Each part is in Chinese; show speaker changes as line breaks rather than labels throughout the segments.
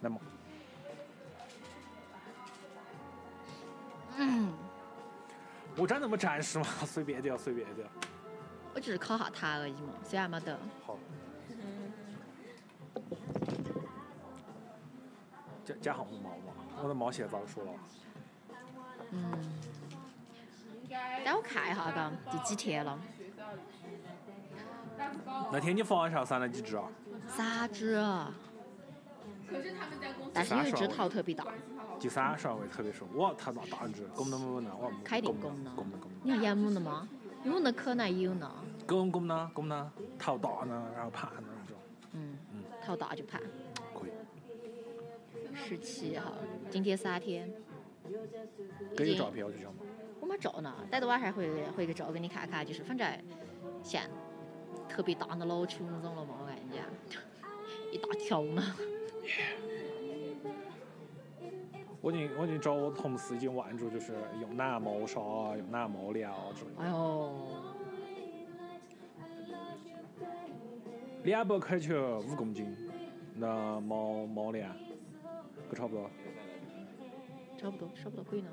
那么，
嗯，
我这儿能不展示吗？ 随便点，随便点。
我只是考下他而已嘛，谁也没得。
好。加加上我毛嘛，我的毛现在早说了。
嗯，但我看一下嘎，第几天了？
那天你网上删了几只啊？
三只，啊但是有一只头特别大。
第三十二位特别熟，我他妈大只，拱的没呢，我
开定
拱
拱
的
的
拱的拱的，
你有养母的吗？有的可能有呢。
拱拱呢拱呢，头大呢，然后盘呢那种，
嗯
嗯，
头大就盘。
可以，
十七号，今天三天。
给你
已经
照片我就想嘛，
我没照呢，待到晚上回回个照给你看看，就是反正现特别大的老鼠那种了嘛，我感觉 一大条呢。
我已经我已经找我同事已经玩住，就是用哪猫砂，用哪猫料啊之类的，
哎呦，
两百块钱五公斤，那猫猫粮，不差不多，
差不多差不多可以呢，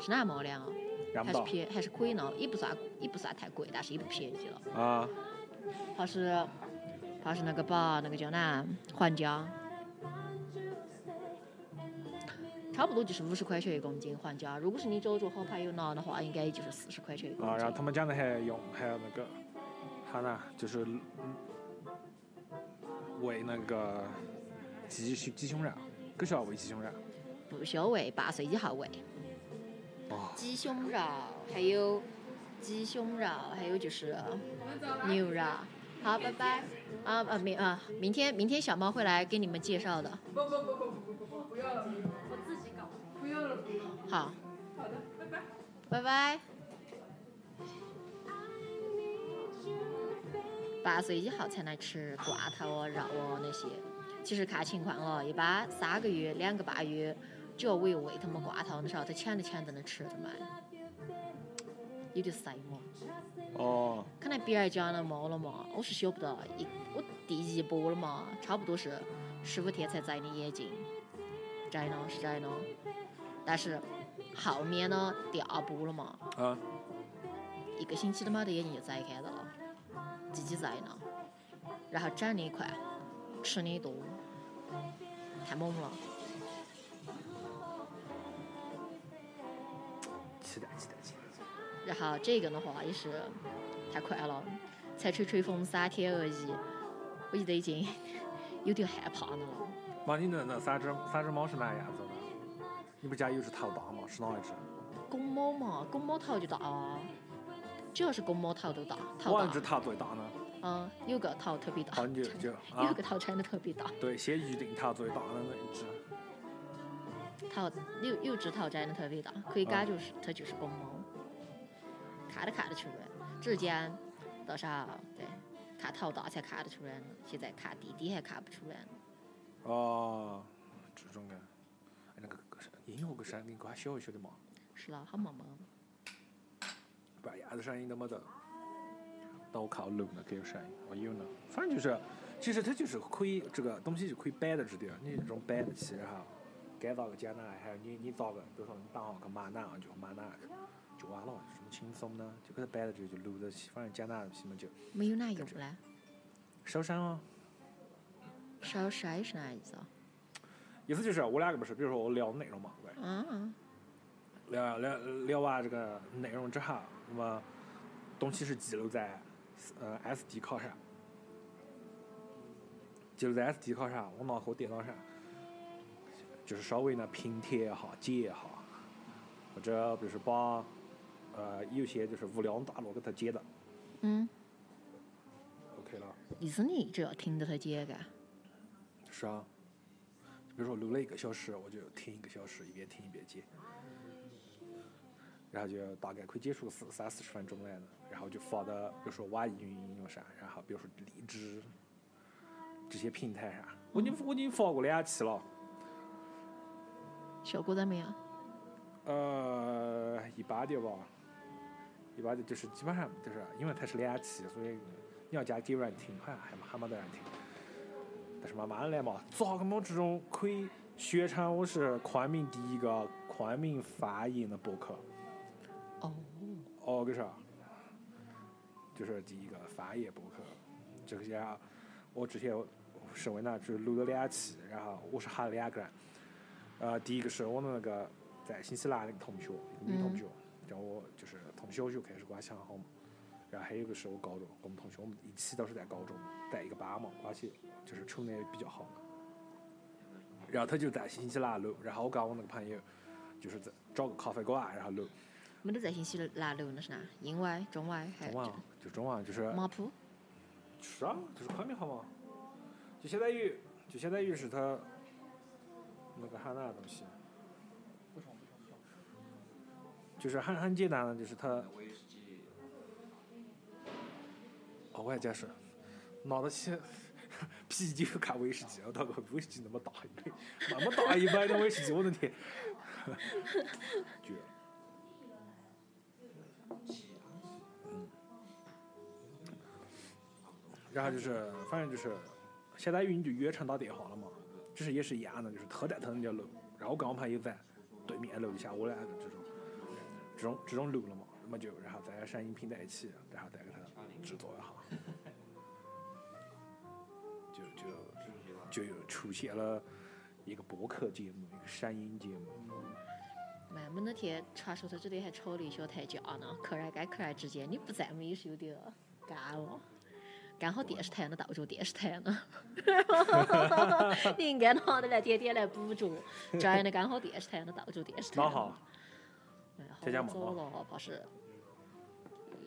是哪毛粮啊？
然
还
不
是
到
便还是可以呢，也不算也不算太贵，但是也不便宜了。
啊，
它是它是那个吧，那个叫哪环江，差不多就是五十块钱一公斤环江。如果是你找着好朋友拿的话，应该也就是四十块钱一公
啊，
斤。
然后他们讲的还用还有那个，还有呢就是嗯喂那个鸡胸鸡胸肉，给小孩喂鸡胸肉。
不消喂，八岁以后喂。
哦，
鸡胸肉，还有鸡胸肉，还有就是呃牛肉。好，拜拜。啊啊明啊，明天明天小猫会来给你们介绍的。
不不不不不不不不要了，不要了，我自己搞，不要了，不要了。
好，
好的，拜拜。
拜拜。八岁以后才能吃罐头哦、肉哦那些，其实看情况了，一般哦三个月、两个半月，只要我有喂它们罐头的时候，它抢着抢着能吃的嘛，有点塞嘛。
哦，
可能别人家的猫了嘛，我是晓不得一我第一波了嘛，差不多是十五天才摘的眼睛，摘呢是摘呢，但是后面呢第二波了嘛，
啊，
一个星期都没得眼睛就摘开了，自己摘呢，然后长得快，吃的多，太猛了，
期待期待期待。
然后这个的话也是太快了，才吹吹风三天而已，我觉得已经 有点害怕了。
妈，你那那三只三只猫是哪样子的？你不是讲有只头大吗？是哪一只？
公猫嘛，公猫头就大啊，主要是公猫头都大，头
我那只
大，
头最大呢。
嗯，有个头特别大，
哦，你就
真的
就
有
啊
个，头长得特别大，
对，先预定头最大的那一只。
头有有只头长得特别大，可以
啊
感觉是它就是公猫，看都看得出来，只是讲到啥对，看头大才看得出来呢，现在看弟弟还看不出来呢。
哦，这种的。哎那个音乐个声音，我还小一些的嘛，
是啦，好萌萌，
半夜的声音都没得。但我看我录了，给有声音，我有呢。反正就是，其实它就是可以这个东西就可以摆到这点，你这种摆得起，然后该咋个讲呢？还有你你咋个，比如说你打下个马哪就马哪个，就完了，有什么轻松呢？就给它摆到这就录得起，反正讲哪什么就
没有哪用嘞，
烧伤啊。
少筛是哪意思啊？
意思就是我两个不是，比如说我聊内容嘛，对，
啊，
聊聊聊啊完这个内容之后，那么东西是记录在呃 SD 卡上，记录在 SD 卡上，我拿我电脑上，就是稍微呢拼贴一下、截一下，或者比如说把呃有些就是无聊大路给它截的
嗯，
，OK 了。
意思你只要听得它解个，
是啊，比如说我录了一个小时，我就听一个小时，一边听一边接，然后就大概可以结束四三四十分钟来的，然后就发到比如说网易云音乐上，然后比如说荔枝这些平台上，我已经我已经发过两期了，
效果怎么样？
呃，一般的吧，一般的就是基本上就是因为它是两期，所以你要加给人听，好像还没还没得人听。但是慢慢来嘛，咋个没这种可以薛昌是昆明第一个昆明方言的博客，
哦，
哦，个是，就是第一个方言博客。这个家我之前沈维娜只录了两期，然后我是喊两个人，呃，第一个是我们那个在新西兰那个同学，一个女同学，然后我就是从小学开始关系很好嘛，然后还有一个是我高中，我们同学我们一起都是在高中在一个班嘛，关系就是处的比较好。然后他就在新西兰录，然后我跟我那个朋友就是在找个咖啡馆，然后录，
没得在信息南路那是哪？英外、中外还
中
有
文就中文就是
马浦？
是啊，就是昆明好吗？就现在有，就现在有是他那个喊那个东西，就是很很简单的，就是他。哦，我也解释，拿得起啤酒看威士忌，我大哥威士忌那么大一杯，那么大一杯的威士忌，我的天， 绝了！然后就是，反正就是，现在云就约成打电话了嘛，就是也是一样的，就是特蛋疼人家楼，然后我跟我朋友在对面楼下，我俩的这种，这种这种楼了嘛，那么就然后再上音频在一起，然后再给他制作一下，就就就有出现了一个博客节目，一个声音节目，
妈，我那天传说他这里还吵了一小台架呢，客来跟客来之间你不在嘛也是有点干了。刚好电视台呢，到处电视台 呢， 你应该拿得来天天来补助。这样的刚好电视台呢，到处电视台
那
呢。
好，
哎好
在家忙
早了，怕是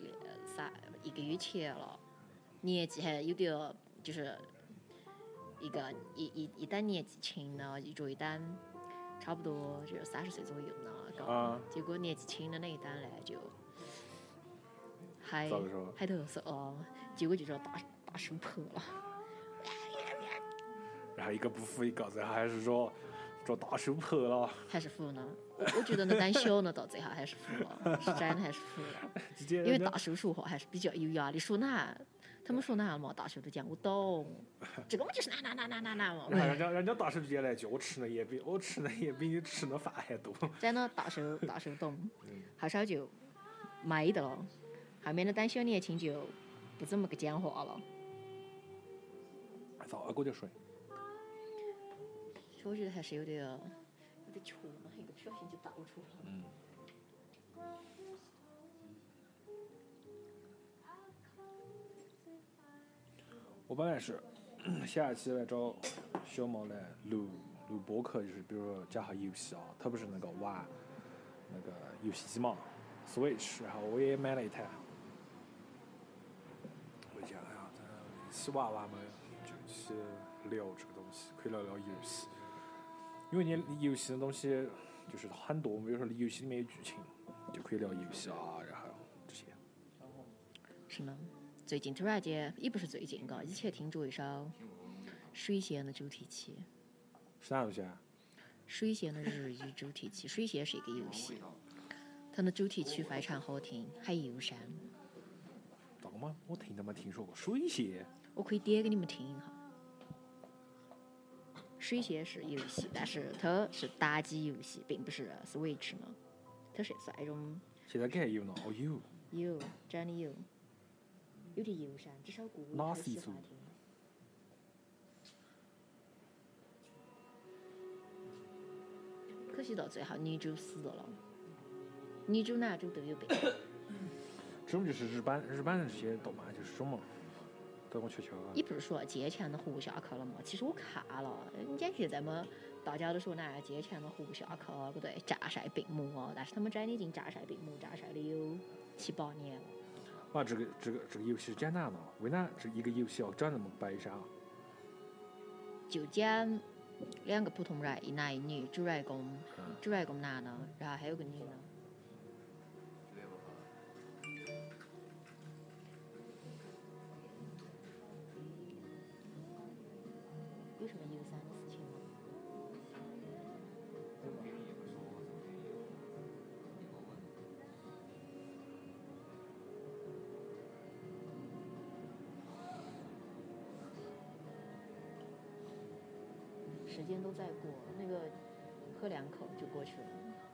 也三一个月前了，年纪还有点儿就是一个一一一旦年纪轻呢，就一旦差不多就是三十岁左右呢，刚、
啊
结果年纪轻的那一单嘞就还
咋个说？
还得是哦，结果就叫大大声婆了，
然后一个不服一个，最后还是说说大手拍了，
还是服呢。我我觉得那单小呢，到最后还是服了，是真的还是服了。
直接
因为
人家
大叔说话还是比较有压力，说哪，他们说哪嘛，大叔都讲我懂，这个嘛就是哪哪哪哪哪 哪嘛。
然后人家人家大手直接来一句：“我吃的也比我吃的也比你吃的饭还多。
真的大叔大叔懂，后头就没得了，后面的当小年轻就不怎么个讲话了。”
哎早啊我过点水。
我觉得还是有点有点穷了，一个不小心就到处了。
嗯。我本来是下一期来找小毛来录录播客，就是比如说加下游戏啊，特别是那个玩那个游戏机嘛，Switch，然后我也买了一台。我想啊，咱一起玩玩嘛，就去聊这个东西，可以聊聊游戏。因为你游戏的东西就是很多，比如说游戏里面有剧情，就可以聊游戏啊，然后这些。
是呢，最近突然间也不是最近个，以前听着一首水仙的主题曲，
是啥东西啊？
水仙的日语主题曲，水仙是一个游戏，它的主题曲非常好听，很忧伤。
咋个嘛？我听都没听说过水仙。
我可以点给你们听一下。水仙是游戏，但是它是打击游戏，并不是 Switch 呢，它是算一种
现在该有呢？哦有，
有真的有，有点忧伤。这首歌我
哪
也很喜
是
欢
一
听。可惜到最后女主死了，女主男主都有病。
这种就是日本日本人这些动漫就是这种嘛，等我瞧瞧啊
你。不是说节前的活下去了吗？其实我看了，人家现在嘛，大家都说那节前的活下去了，不对，炸晒病魔啊，但是他们真的已经炸晒病魔，炸晒了有七八年了。
哇，这个这个这个游戏是简单的，为啥这一个游戏要整那么悲伤？
就讲两个普通人，一男一女，主人公，主人公男的，然后还有个女的。有什么忧伤的事情吗？时间都在过，那个喝两口就过去了，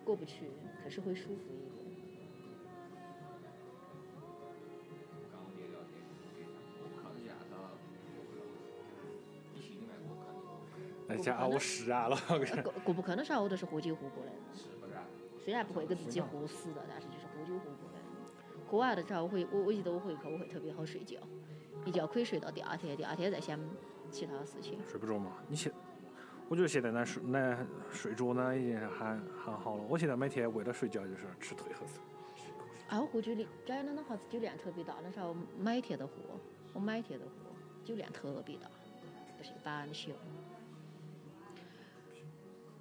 过不去，可是会舒服一点。
那家熬屎啊了，我
呃狗狗不可能是熬的是胡椒糊过来的，虽然不啊会跟自己糊死的，但是就是胡椒糊过来的。喝完了之后会，我我记得我会以后我会特别好睡觉，一觉可以睡到第二天，第二天再想其他事情。
睡不着嘛。你现，我觉得现在那睡那睡着呢已经是很很好了。我现在每天为了睡觉就是吃褪黑素。
啊，我喝酒量，这样的话子酒量特别大，那时候每天都喝，我每天都喝，酒量特别大，不是一般的小。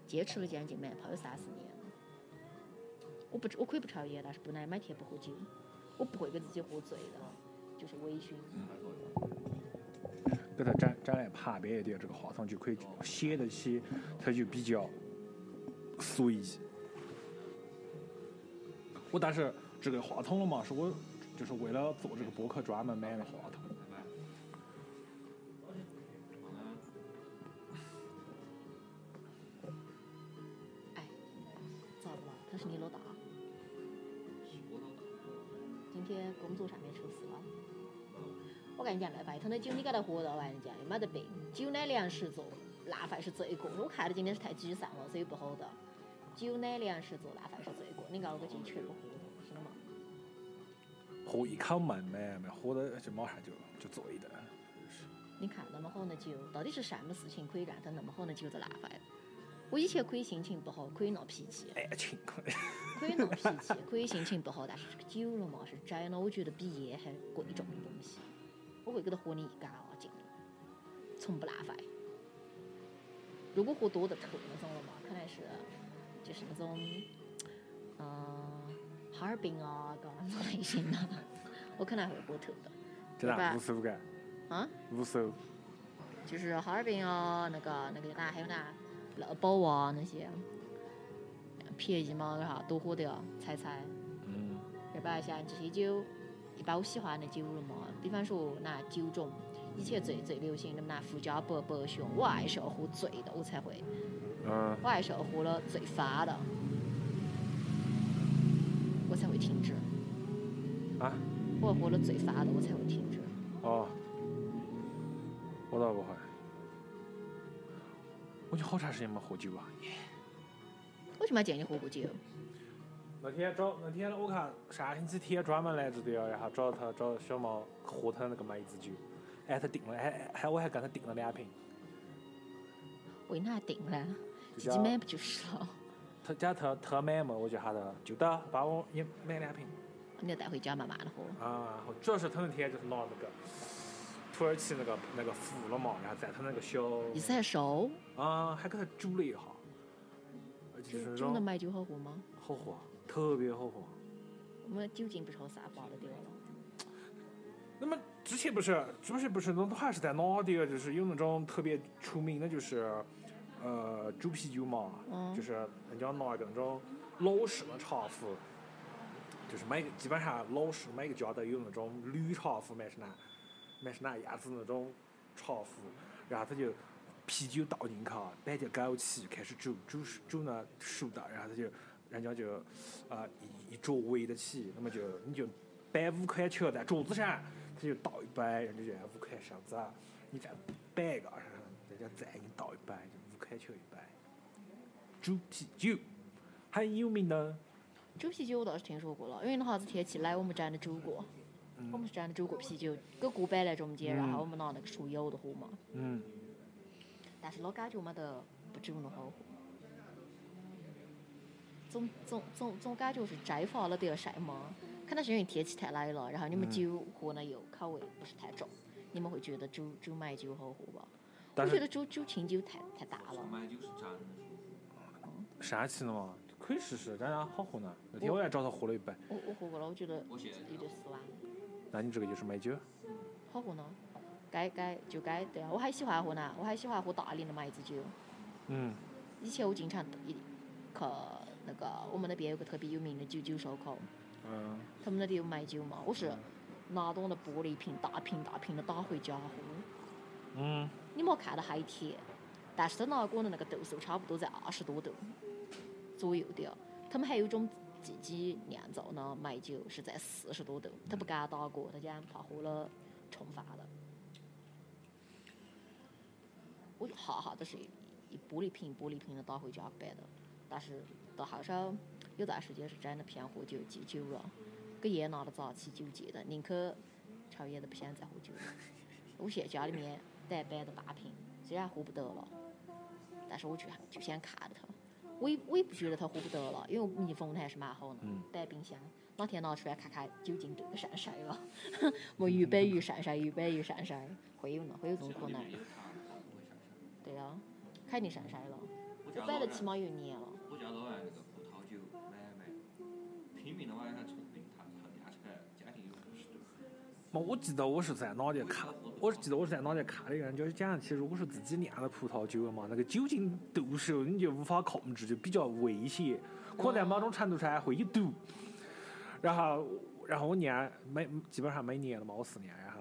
坚持了将近慢跑有三四年了，我不我可以不抽烟，但是不能每天不喝酒，我不会给自己喝醉的，就是微醺。
给它展展在旁边一点，这个话筒就可以显得起，它就比较随意。我但是这个话筒了嘛，是我就是为了做这个博客专门买的话筒。
咋了嘛？他是你老大。啊今天工作上面出事了。我跟你讲，那外头那酒你给他喝到，我跟你讲，也没得病。酒乃粮食做，辣饭是罪过。我看的今天是太沮丧了，所以不好的。酒乃粮食做，辣饭是罪过。你搞个进去不喝的，是的嘛？
喝一口慢慢慢，喝的就马上就就醉的。
你看那么好的酒，到底是什么事情可以让他那么好的酒在辣饭？我以前可以心情不好，可以闹脾气。
爱哎情可
可以闹脾气，可以心情不好，但是这个酒了嘛，是真的，我觉得比烟还贵重的东西。我会给他喝你一干二净，从不浪费。如果喝多的吐那种了嘛，可能是就是那种，嗯、哈尔滨啊，搞那种类型的， 我可能会喝吐的。
这哪无所干？
啊？
无所。
就是哈尔滨啊，那个那个哪还有哪乐宝啊那些，便宜嘛，啥多喝点啊，猜猜。
嗯，
要不然像这些酒，一般我喜欢的酒了嘛，比方说那酒种，以前最最流行的那胡椒白白熊，我还是要喝醉的，我才会，
嗯，
我还是要喝了醉发的，我才会停止。
啊？
我喝了醉发的，我才会停止。
哦，我倒不会。我就好长时间没喝酒啊。
我就没见你喝过酒，
那天找那天我看上星期天专门来这里啊，然后找他找小猫喝他那个梅子酒，哎，他订了，还还我还跟他订了两瓶。
为哪定呢？
就啊叫
自己啊买不就是了？
他家特特买嘛，我就喊他就到，帮我也买两瓶
你要带回家慢慢的喝。
啊。好主要是他那天就是拿那个土耳其那个那个服了嘛，然后在他那个小
意思还熟，
啊，还给他煮了一下，就
就是煮的
让
买酒好喝吗？
好喝，特别好喝。
我们酒精不是好散发了点儿了。
那么之前不是，之前不是那还是在哪的？就是有那种特别出名的，就是呃煮啤酒嘛，
嗯
就是人家拿一个那种老式的茶壶，就是每个基本上老式每个家都有那种铝茶壶，买是哪买是哪样子那种茶壶，然后他就啤酒倒进去，摆点枸杞，开始煮煮煮那熟的，然后他就人家就啊、一一桌围得起，那么就你就摆五块钱在桌子上，他就倒一杯，人家就哎按五块上子，啊你再摆一个，然后人家再给你倒一杯，就五块钱一杯。煮啤酒，很有名的。
煮啤酒我倒是听说过了，因为那哈子天气冷，我们真的煮过，
嗯
我们是真的煮过啤酒，搁锅摆在中间，然后我们拿那个树摇的喝嘛。
嗯，
但是老感觉没得不煮那好喝，总总总总感觉是蒸发了点儿什么，可能是因为天气太冷了，然后你们
嗯
酒喝呢又口味不是太重，你们会觉得煮煮米酒好喝吧？
但
我觉
是
得煮煮清酒太太大了。
上期的嘛，可以试试，咱俩好喝呢。那天我也找他喝了一杯，
我我喝过了，我觉得有点失望。
那你这个就是美酒？
好喝呢，该该就该对啊，我还喜欢喝呢，我还喜欢喝大连的梅子酒。
嗯，
以前我经常一去那个我们那边有个特别有名的九九烧烤，
嗯，
他们那里有卖酒嘛，我是拿到那玻璃瓶大瓶大瓶的打回家喝。
嗯，
你没看到海天，但是呢，我的那个度数差不多在二十多度左右的。他们还有一种自己酿造呢白酒是在四十多度，他不敢打过，他讲怕喝了冲发了。我一下下都是一玻璃瓶一玻璃瓶的打回家摆的，但是到后头有段时间是真的偏喝酒戒酒了，搿烟拿得早起酒戒的，宁可抽烟都不想再喝酒了。我现在家里面带摆的八瓶，虽然喝不得了，但是我就就想看着它。我也我也不觉得它喝不得了，因为我密封的还是蛮好的
嗯，
摆冰箱。哪天拿出来看看究竟对得上谁了？我越摆越上谁，越摆越上谁，会有呢，会有这种可能。对呀、肯定上山了。
我
我
家
摆
老
了
人
起码有年了，
我家老人那个葡萄酒买卖，拼命的往他聪明，他他家才家庭有五十多，
嘛，我记得我是在哪里看，我记得我是在哪里看的一个人就是讲，其实如果是自己酿的葡萄酒的嘛，那个酒精度数你就无法控制，就比较危险，可能在某种程度上还会有毒。然后，然后我年每基本上每年了嘛，我四年，然后，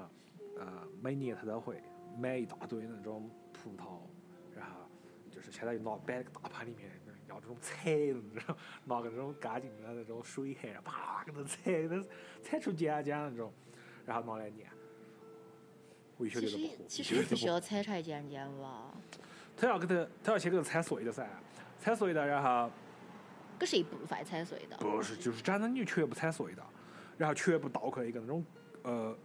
呃，每年他都会买一大堆那种葡萄，然后就是现在就拿摆那个大盘里面，要这种踩，你知道，拿个那种干净的那种水海，啪给它踩，给它踩出尖尖那种，然后拿来碾。我一学
其
期都不
实
喝，
其
一
实
学
不
期都
需
不喝。
要采柴尖尖吧，
他要给它，他要先给它踩碎的噻，踩碎的，然后
搿是一部分踩碎的。
不是，就是真的你全部踩碎的，然后全部倒扣一个那种呃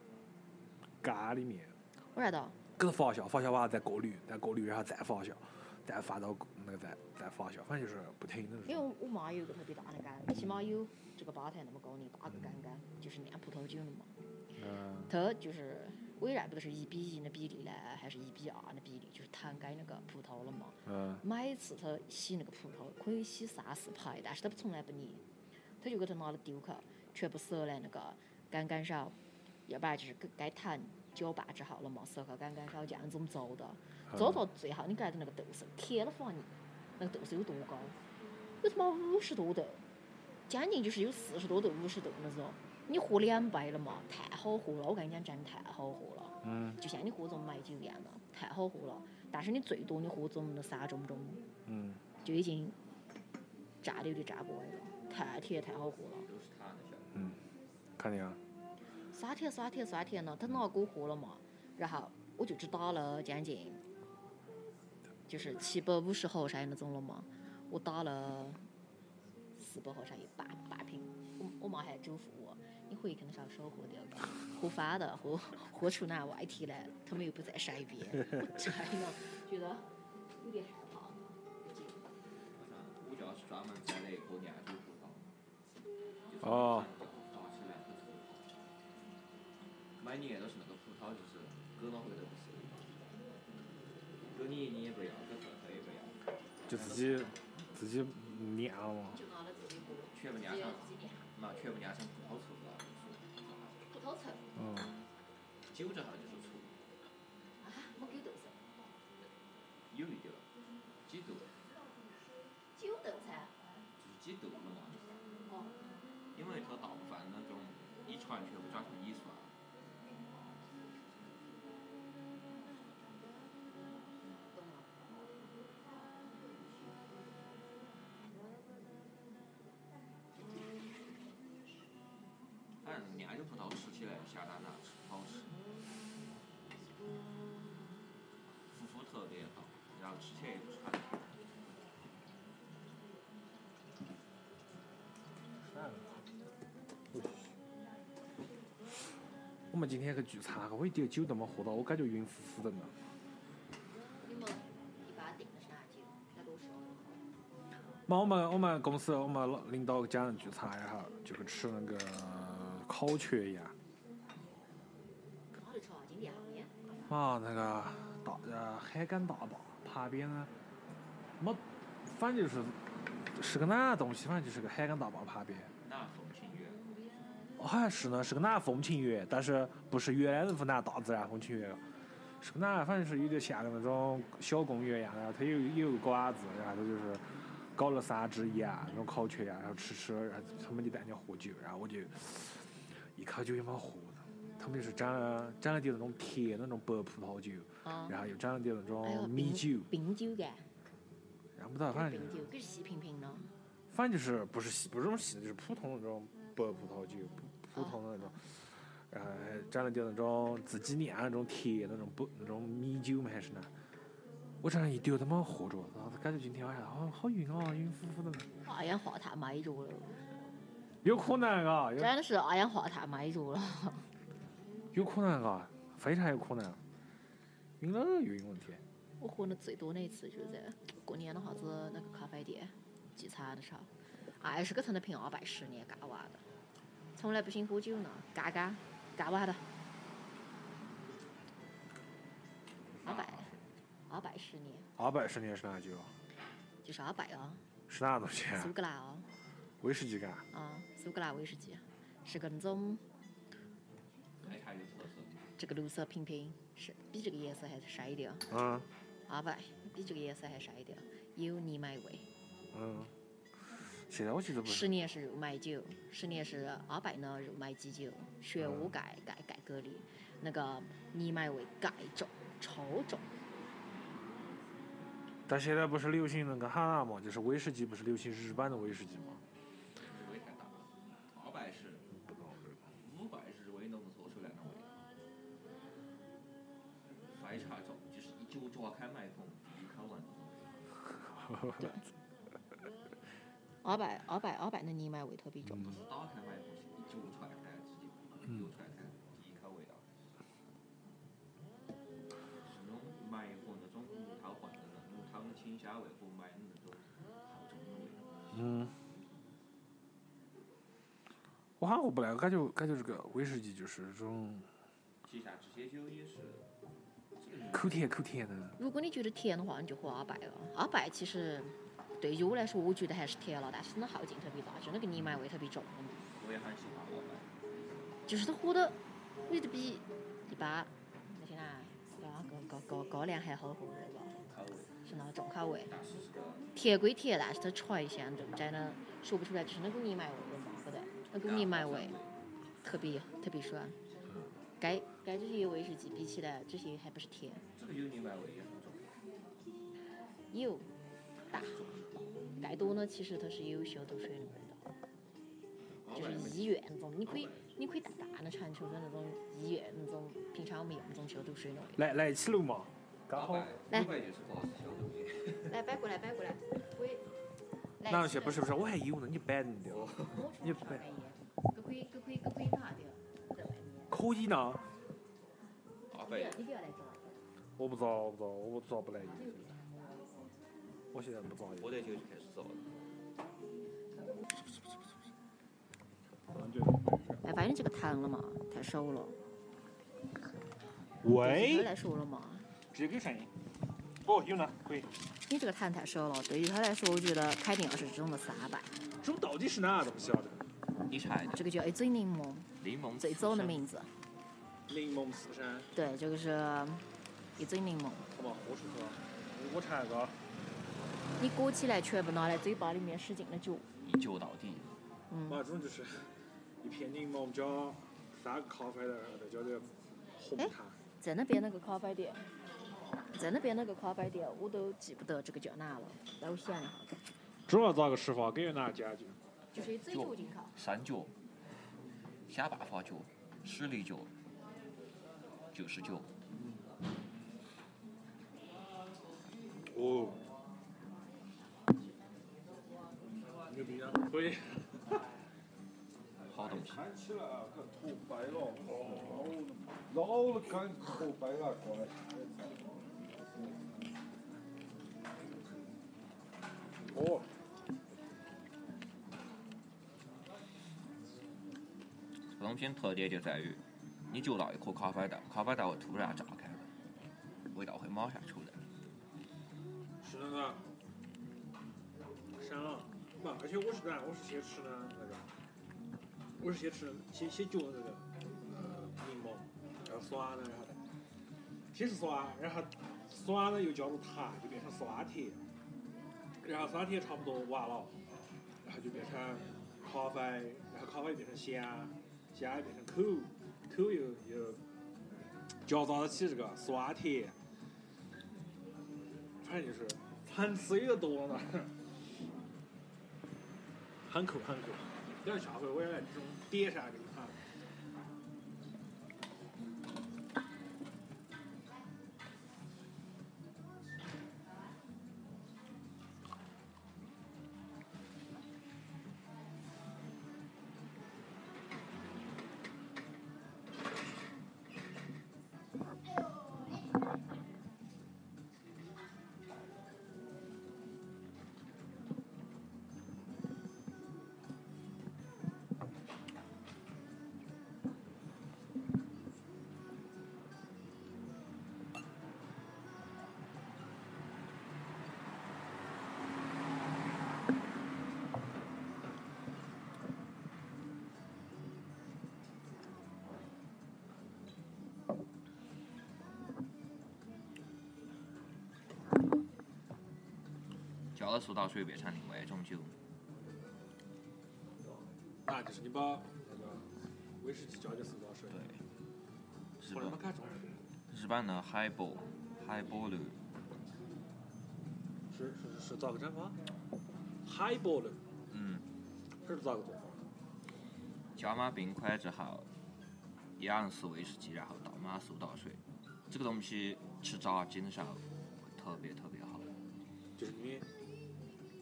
干里面，
我知道，
给它发酵，发酵完了再过滤，再过滤，然后再发酵，再发到那个再再发酵，反正就是不停的这
因为
种。
我我妈有一个特别大的缸，
嗯
起码有这个吧台那么高，你打个杆杆就是酿葡萄酒的嘛。
嗯，
它就是我也认不得是一比一的比例嘞，还是一比二的比例，就是摊开那个葡萄了嘛。
嗯，
每次他洗那个葡萄可以洗三四排，但是他从来不捏，他就给他拿了丢去，全部收在那个杆杆上，要不然就是给该糖搅拌之后了嘛，收到杆杆上这样子做的，
嗯
做到最后你看到那个度数，天了发你，那个度数有多高？有他妈五十多度，将近就是有四十多度、五十度那种，你喝两杯了嘛，太好喝了，我跟你讲，真太好喝了。
嗯
就像你喝这种白酒一样的，太好喝了。但是你最多你喝这么三盅盅，
嗯，
就已经炸的有点炸不完了，太甜太好喝了。
都是他的小孩。
肯定啊。
酸甜酸甜酸甜呢，他拿给我喝了嘛，然后我就只打了将近，就是七百五十毫升那种了嘛，我打了四百毫升一半半瓶。我我妈还嘱咐我，你回去肯定是要少喝点儿的，喝反了，喝喝出那外体来，他们又不在身边，我真的觉得有点害怕。
我家是专门栽了一棵酿酒葡萄，就是
哦
打起来很土每年都是那个葡萄，就是割了回都不收，割你你也不要，割他他也不要，
就自己自己酿了嘛。
就拿了自己喝，
全部酿成嘛，全部酿成葡萄醋了。
葡萄醋
嗯，
酒这行就是醋，
啊，没给豆噻，
有一点儿，几度，
酒豆噻，
就是几度了嘛。
哦，
因为它大部分那种遗传全部转成遗传，
懂了。
反正酿酒葡萄吃起来相当难吃，不好吃，苦苦特别好，然后吃起来也不是很苦。
我们今天去聚餐，啊我一点酒都没喝到，我感觉晕乎乎的呢。
你们一般订的是哪酒？那多少？
嘛，我们我们公司我们老领导家人聚餐，然后就去吃那个烤全羊。
哪里炒金店后面？
啊，那个大呃海港大坝旁边呢，没，反正就是是个哪东西，反正就是个海港大坝旁边。
南风情缘，
哦，好像是呢，是个哪风情园，但是不是原来的湖南大自然风情园，是个哪，反正是有点像个那种小公园一样，然后它有有个馆子，然后它就是搞了三只羊，那种烤全羊，然后吃吃，然后他们就在那喝酒，然后我就一口酒也没喝的，他们就是沾了沾了点那种甜的那种白葡萄酒，
啊，
然后又沾了点那
还有
种米酒，
冰酒干，
然后不知道
不是
反正
冰
就是
酒，搿是细瓶瓶的。
反正就是不是西不是那种西的，就是普通的那种白葡萄酒，普普通的那种，然后还沾了点那种自己酿的那啊种甜的那种不那种米酒嘛还是呢。我这样一丢他妈喝着，然后感觉今天晚上好好晕啊，晕乎乎的呢。
二氧化碳埋着了，
有可能啊，有
真的是二氧化碳埋着了。
有可能啊，非常有可能。晕了有晕问题，
我喝的最多那一次就是在过年的话子那个咖啡店聚餐的啊时候，二十个人的瓶二百十年干完的，从来不兴喝酒呢，干干干完的二百二百十年，
二百十年是哪酒？
就是二百啊，
是哪东西啊？
苏格兰啊，
威士忌干？
啊，苏格兰威士忌是个那种
奶茶有特色。
这个绿色瓶瓶，是比这个颜色还晒一点，
嗯
二百比这个颜色还晒一点，有泥麦味。
嗯。现在我记得不是
十年是肉麦酒，十年是二百呢肉麦基酒，雪乌改
嗯
改改革的，那个泥麦味改重超重，
但现在不是流行那个哈娜嘛，就是威士忌，不是流行日版的威士忌嘛？
日威太大了，二百是五百日威能做出来那味，非常重，就是一酒抓开麦克风，一口闻，
对。二百二百二百的泥麦味特别重，
不
嗯
是打开麦克风，是一酒踹开，直接一酒踹开，一口味道，是那种麦和那种木头混的那种汤的清香味和麦的那种好重的味道，
嗯。我好像我不来，我感觉感觉这个威士忌就是这种
其实这些酒也是。
口甜口甜的。
如果你觉得甜的话，你就喝二百了。二百其实对于我来说，我觉得还是甜了，但是那耗尽特别大，就那个泥麦味特别重，
我也很喜欢我们。
就是它喝的，我觉得比一般那些呢高高高高粱还好喝的吧，
口味，
是那种口味。
但是这个
铁归铁，但是它传香对不真的说不出来，就是那股泥麦味我麻不得，那股泥麦味特别特别爽。该该这些威士忌比起来，这些还不是甜，
这个有泥麦味也很重，
有大，该多呢其实它是有消毒水的味道，
老
就
板
是
们
医院那种，你可以你可以大大的产出的那种医院那种平常我们用那种消毒水的味道。
来来一起录嘛，刚
老
好
板。
来
老板就是八十小东西，
来摆过来摆过来，我也。来
那些不是不是，我还有呢，你摆你的，
你
你
摆
摆，
搿可以搿可以搿可以拿掉，搿外面
可以呢。
八
你不
百
要，你不要来这儿。
我不知道，我不知道，我不知道不来一个我现在不知道
我在就开始找了。
哎，反正这个糖了嘛，太熟了。对于他
喂，
来说了嘛，
直接给声音。哦，有呢，可以。
你这个糖太熟了，对于他来说，我觉得肯定要是这种的三百。
这种到底是哪东西啊？
你猜的
这个叫一醉柠檬，
柠檬
最早的名字。
这个柠檬四山，
对，这个是一醉柠檬，
好吧，我说说，我尝一个。啊
你裹起来全部拿来嘴巴里面使劲的嚼。
一酒到底，
嗯，
嘛，这种就是一片柠檬加三个咖啡的，再加点红
哎
糖。
在那边那个咖啡店，在那边那个咖啡店，我都记不得这个叫哪了，让我想一下。
主要咋个吃法？给哪家就？
就是一嘴嚼进口，
三角、下巴发角、十里角、九十九，
哦。牛逼啊！可以。
好东西。
看起来啊，可土白了，老了看土白了，过来。
哦。
这东西特点就在于，你嚼到一颗咖啡豆，咖啡豆会突然炸开了，味道会马上出来。
是那个山啊，不，而且我是啥？我是先吃的那个，我是先吃先先嚼的那个呃柠檬，然后酸的，然后先是酸，然后酸的又加入糖，就变成酸甜，然后酸甜差不多完了，然后就变成咖啡，然后咖啡变成香，香又变成口，口头有有较早期这个刷铁，反正就是很水的多嘛，很苦很苦。要下回我也来这种点上给你看。
嚼了数道水别唱另外一种酒，
那就是你把那个威士忌加点苏打水，
对，日
我他妈
本
看中了，
日版的 highball highball
是是是咋个整法？Highball 了
嗯，
这是咋个做法？
加满冰块之后，一盎司威士忌，然后倒满苏打水，这个东西吃啊炸鸡的时候特别特别好。
就是你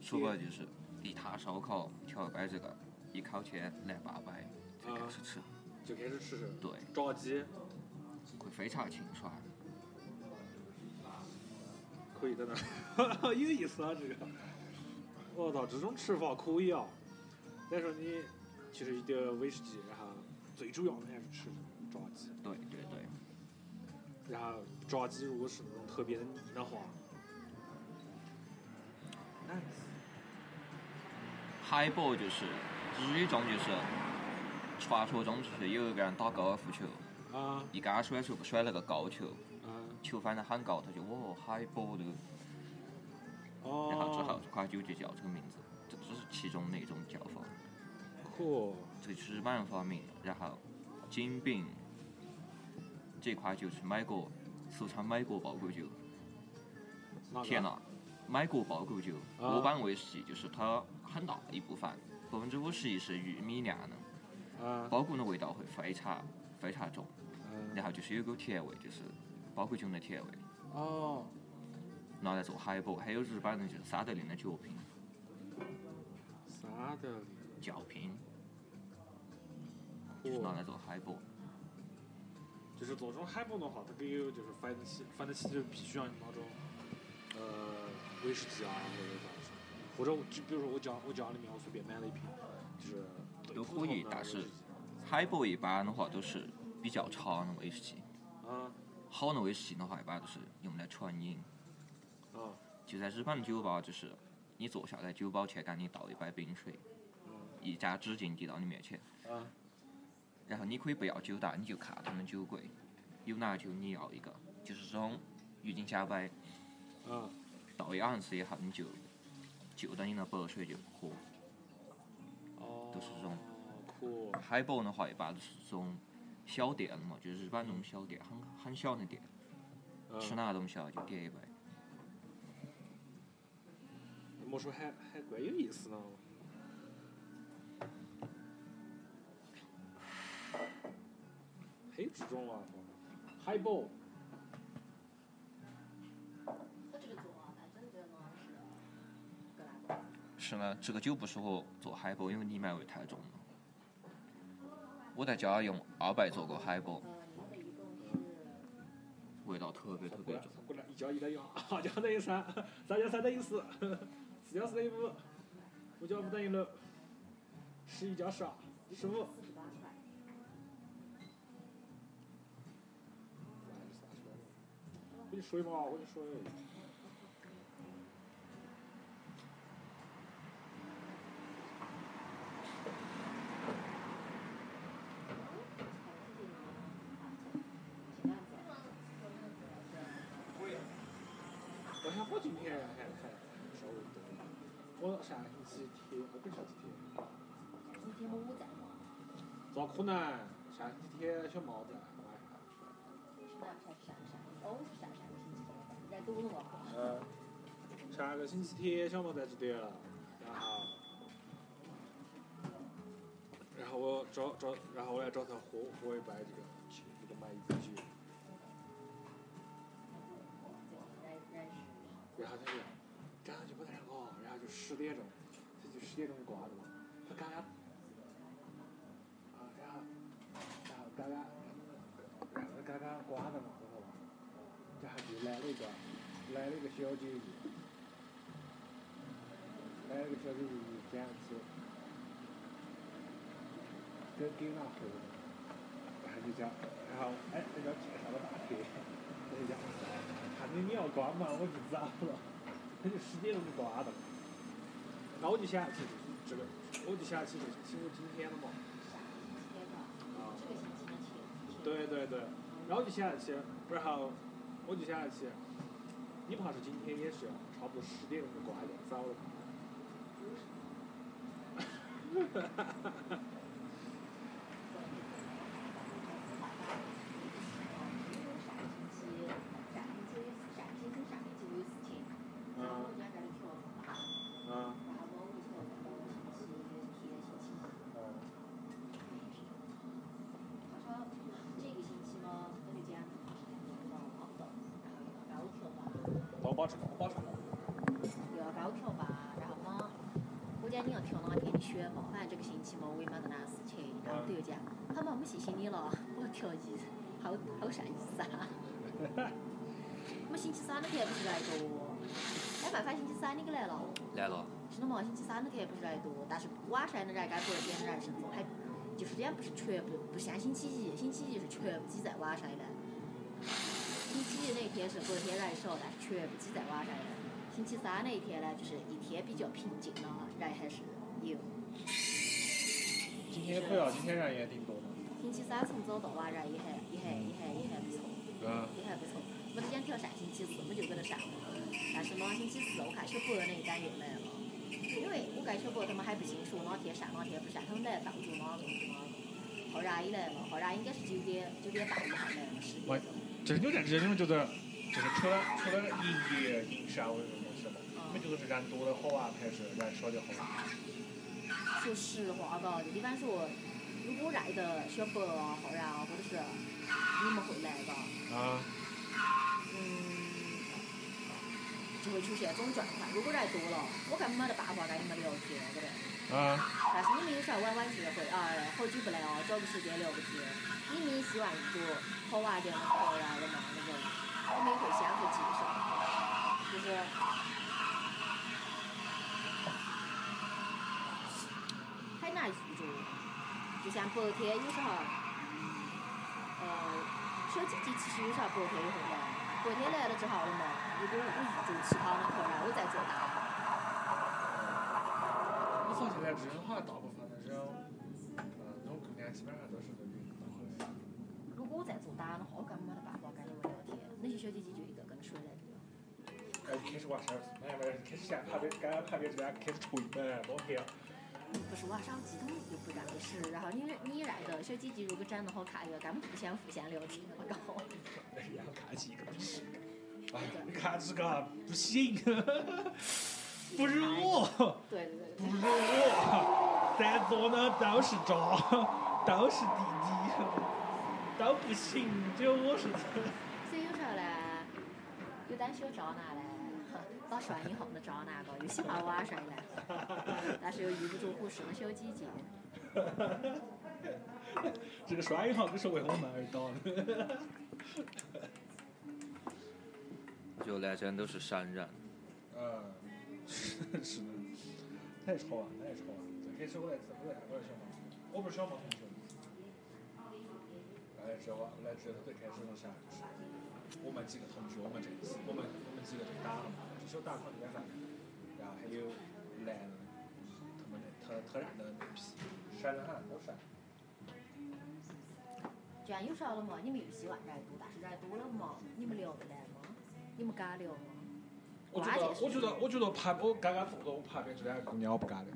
说白了就是一塔烧烤调一杯这个，一口钱来八杯，才开始吃，
就开始吃这个
对，
炸鸡，
会非常清爽。
可以在那儿，有意思啊这个。我操，这种吃法可以啊！再说你其实一点威士忌，然后最主要的还是吃炸鸡，
对对对，
然后炸鸡如果是那种特别的泥的话，nice，
海波就是日语中就是传说中就是有一个人打高尔夫球，
啊
一杆甩球甩了个高球，
啊
球翻得很高，他就哦海波的，
哦，
然后之后这款酒就叫这个名字，这只是其中的一种叫法。
酷，
这个是日本人发明，然后金饼这款酒是美国俗称美国爆谷酒。
那个
天呐，美国爆谷酒，
啊
我版威士忌就是它很大一部分，百分之五十一是玉米酿的，
啊
爆谷的味道会非常非常重，
嗯
然后就是有股甜味，就是爆谷酒的甜味，
哦，
拿来做海波，还有日本人就是三得零的酒瓶，
啥的，
酒瓶就是
酷
拿，来做海波，
就是做这种海波的话，它给有就是反得起，反得起就必须要用那种呃威士忌啊或者啥子，或者我就比如说我家我家里面我随便买了一瓶，就是最
都
普
可
通
以
的
但
威士
是
忌
海波一般的话都是比较长的威士忌，
啊
好的威士忌的话一般都是用来纯饮，
啊
就在日本的酒吧就是你坐下来酒保前给你倒一杯冰水。一张纸巾递到你面前，
啊啊
然后你可以不要酒单，你就看他们酒柜，有哪酒你要一个，就是这种郁金香杯，
啊，
倒一盎司以后你就就等你那白水就喝。
哦，
都是这种
酷，
海波的话一般都是这种小店嘛，就是日本那种小店，很很小的店，
嗯，
吃哪个东西啊就点一杯。
莫说还还怪有意思呢，还有这种玩法，海波。
我这个做啊，它真的嘛是个哪
是呢，这个酒不适合做海波，因为你买味太重了。我在家用二百做过海波，
呃，你的一共
味道特别特
过
别
来
重。，
过来，一加一等于二，二加二等于三，三加三等于四，四加四等于五，五加五等于六，十一加十二，十五。
是四十八块，
我跟你说嘛，我跟你说，我想好久没还还还稍微多了。我上星期天，我跟上星期天，
今天我在
咋可能？
闪几天小毛子。呃，上个星期天小毛在这点了，然后，然后我找找，然后我来找他喝喝一杯这个酒，这个梅子酒，然后他就，然后就不太好，然后就十点钟，他就十点钟挂的嘛，他刚刚，啊，然后，然后刚刚，然后刚刚挂的嘛，知道吧？然后就来了一个，来了一个小姐姐，来了一个小姐姐就讲起，跟跟那喝的，然后就讲，然后哎，人家介绍了大腿，他就讲，喊你你要关嘛，我就走了，他就十点钟就挂了，然后我就想起这个，我就想起这个，其实今天了嘛，啊，对对对。然后就想起，然后我就想起，你怕是今天也是差不多十点钟就关了，早了。嗯
啊
嗯嗯。老
哦
八成，老八成。
要高调吧，然后嘛，我讲你要跳哪天的雪嘛，反正这个星期嘛，我也没得哪事情，然后他又讲，好嘛，没谢谢你了，我跳一，好好上一三。我们星期三那天不是来的哦，哎，办法，星期三你给来了哦，
来了，
真的嘛，星期三那天不是来的哦，但是晚上的人该过来点的人是不还，就是这样不是全部不像星期一，星期一是全部挤在晚上的，星期一那天是过天人少，但是全部挤在晚上的。星期三那一天呢，就是一天比较平静了，人还是有。
今天可以啊，今天人也挺多的。
星期三从早到晚，人也还也还也还也还不错，
嗯。
也还不错。我之前挑上星期四，我就给他上了，但是啊嘛，星期四我看小博那一单又来了，因为我跟小博他们还不清楚哪天上哪天不上，他们来到处忙到处忙。浩然也来了，浩然应该是九点九点半以后来了，嗯十点钟。
这 牛站之你们觉得，就是除了除了营业营销这种东西嘛，你们觉得是人多的好玩，还是人少的好玩？
说实话吧，就比方说，如果来的小博啊、浩然啊，或者是你们会来吧，
啊，
嗯，就会出现这种状况。如果人多了，我根本没得办法跟你们聊天，对不对？
啊，
但是你们有时候晚晚聚会啊，好久不来哦，找个时间聊个天，你们也希望一个好玩点的朋友啊，个嘛那种，你们也会相互介绍，就是很难说着。就像白天有时候，呃，小姐姐其实有时候白天也会来，白天来了之后了嘛，如果我遇着其他的客人，我再做搭档。
我发现在这好像大部分的这种，呃，那种姑娘基本上都是那种大号
如果我在做单的话，我根本没得办法跟你们聊天。那些小姐姐就一个跟说来的，
的，哎开始玩手机，慢慢开始向旁边，刚刚旁边这边开始吹门，老黑，
你不是玩手机的，又不认识，然后你你来的小姐姐如果长得好看，又根本不想互相聊天，我靠！
哎呀，看起一个不行，哎，你看这个不行，不是我。
对对对
不
对，
是我，在座的都是渣，都是弟弟，都不行，只有我是。
所以有时候呢，有点小渣男嘞，打算以后的渣男嘎，又喜欢晚上嘞，但是又遇不着合适的小姐姐。
这个双引号可是为我们而打的。
就来真都是山人，
嗯，是是的，太吵了，太吵了。最开始我来自我来我来小马，我不是小马同学。我来知道，我来知道最开始是啥，就是我们几个同学，我们这我们我们几个就打了嘛，就小打可能两三个，然后还有男的，他们的特特然的皮，闪了哈，都闪。
这样有时候了嘛，你们又喜欢人多，但是人多了嘛，你们聊得来吗？你们敢聊吗？
我觉得，我觉得，我觉得旁我刚刚坐到我旁边这两个姑娘，我不干的。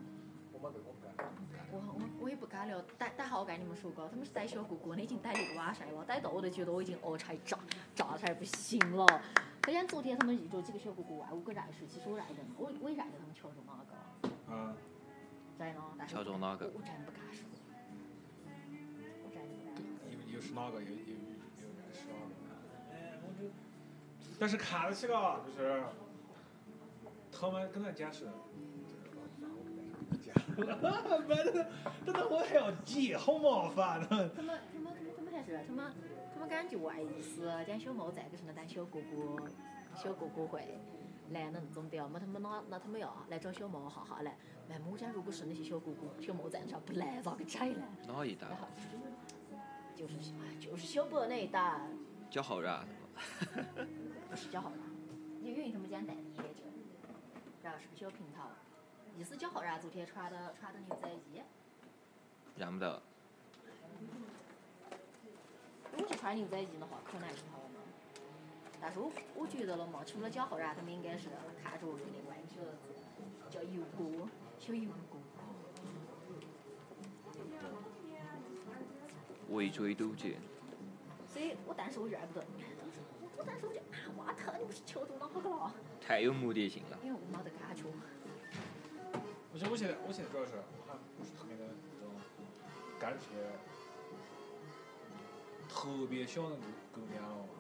我没搿种感
我我我也不敢了，但但好我跟你们说过，他们是带小哥哥的，已经带一个晚上了，带到我都觉得我已经饿菜炸炸菜不行了。不然昨天他们一桌几个小哥哥玩，我个认识，其实我认得，我我也认得他们敲钟那个，
觉。啊，
真的，但是
敲钟那
我
个，
我真不敢说，我真不敢说。
有有是哪个？有有有有人是哪个？哎，我就，但是看得起个，就是他们跟他解释。反正，真的我还要记，好麻烦呢。
他们他们他们还是他们他们感觉我意思，点小猫在个是那当小哥哥小哥哥会来的那种的，没他们那那他们要来找小猫哈哈来，那某家如果是那些小哥哥小猫在那不来咋个chạy呢？
哪一代
然？后就是哎就是小波那一带，
叫好人，
不是叫好人，因为他们讲戴的眼镜，然后是个小平头，意思叫好人昨天穿的穿的牛仔衣，
认不得。
如果是穿牛仔衣的话，可难受好了嘛。但是我我觉得了嘛，除了叫好人，他们应该是看着我有点关注，叫油锅，小油锅。
围追堵截，
所以我当时我认不得，我我当时我就啊，我特你不是敲中哪个了？
太有目的性了。
因为我没得感觉。
而且我现在，我现在主要是，我还不是特别的那种感觉，特别想能够跟人了嘛，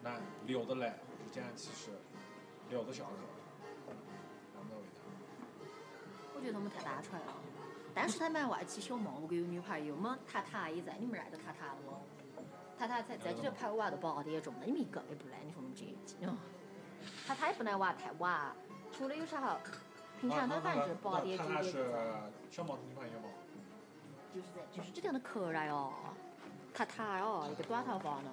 那聊得来，不见其实聊得下去，那么味
我觉得他们太单纯了。但是他们外起小猫，我有女朋友嘛，塔塔也在，你们认得塔塔了吗？塔塔在在这里陪我玩到八点钟了，你们一个也不来，你说我们这一集啊？塔塔也不来玩太晚，除了有时候，平
道。
常他反正就是八点
啊那
九
他
点
是
走。
小毛的女朋友嘛？
就是在就是这样的客人哟，塔塔哟，一个短头发呢，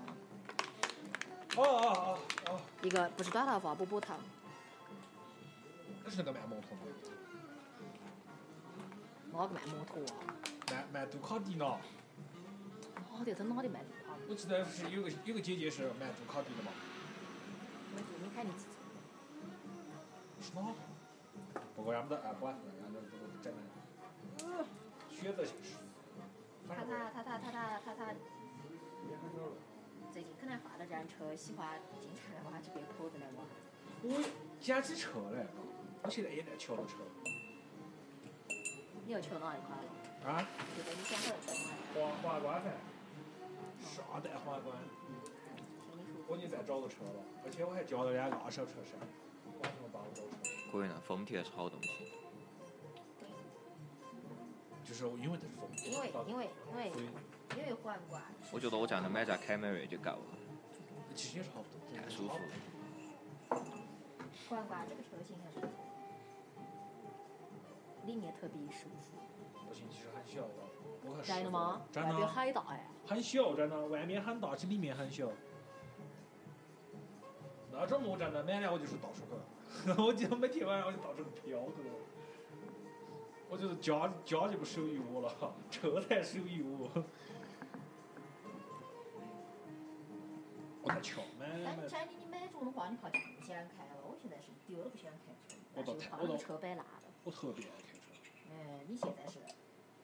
哦哦哦哦，
一个不是短头发，波波头，
那是那个卖摩托的，
哪个卖摩托啊？
卖卖杜卡迪呢。
哦对，他哪里卖的啊？
我记得是有个有个姐姐是卖杜卡迪的嘛？
没注意看你自己。
什么？不过俺们的俺管俺们这个真的，
嗯
选择性失误。
塔
反正
塔塔塔塔塔塔塔。
也很少了
最近可能发了辆车，喜欢经常来往这边跑着来玩。
我捡起车来了，我现在也在瞧着车。
你要求哪一块了？
啊？
就在你想到的地方。
皇皇冠噻，啥代皇冠？
听你
我
说。
已经在找到车了，而且我还叫了人家二手车商，我他妈帮我找车。
果然，丰田是好东西。
就是因为它是风
因为因为因为
所以
因为皇冠。
我觉得我这样能买架凯美瑞就够了，
其实也差不多。
太舒服了。
皇冠这个车型还是不错，里面特别舒服。
不行，其实很小的，我很
真的吗？
真
外表
的，啊
很大哎。
很小，真的，外面很大，其实里面很小。那种我真的买了，我就是到处去， 我就每天晚上我就到处飘去了。我就是家家就不属于我了， 车才属于我。我在瞧买买
但真的你买中的话，你怕太不想开了。我现在是丢了不想开车，
我
但是
懂
怕
我
那
懂
个车摆烂了。
我特别爱开车。
哎，你现在是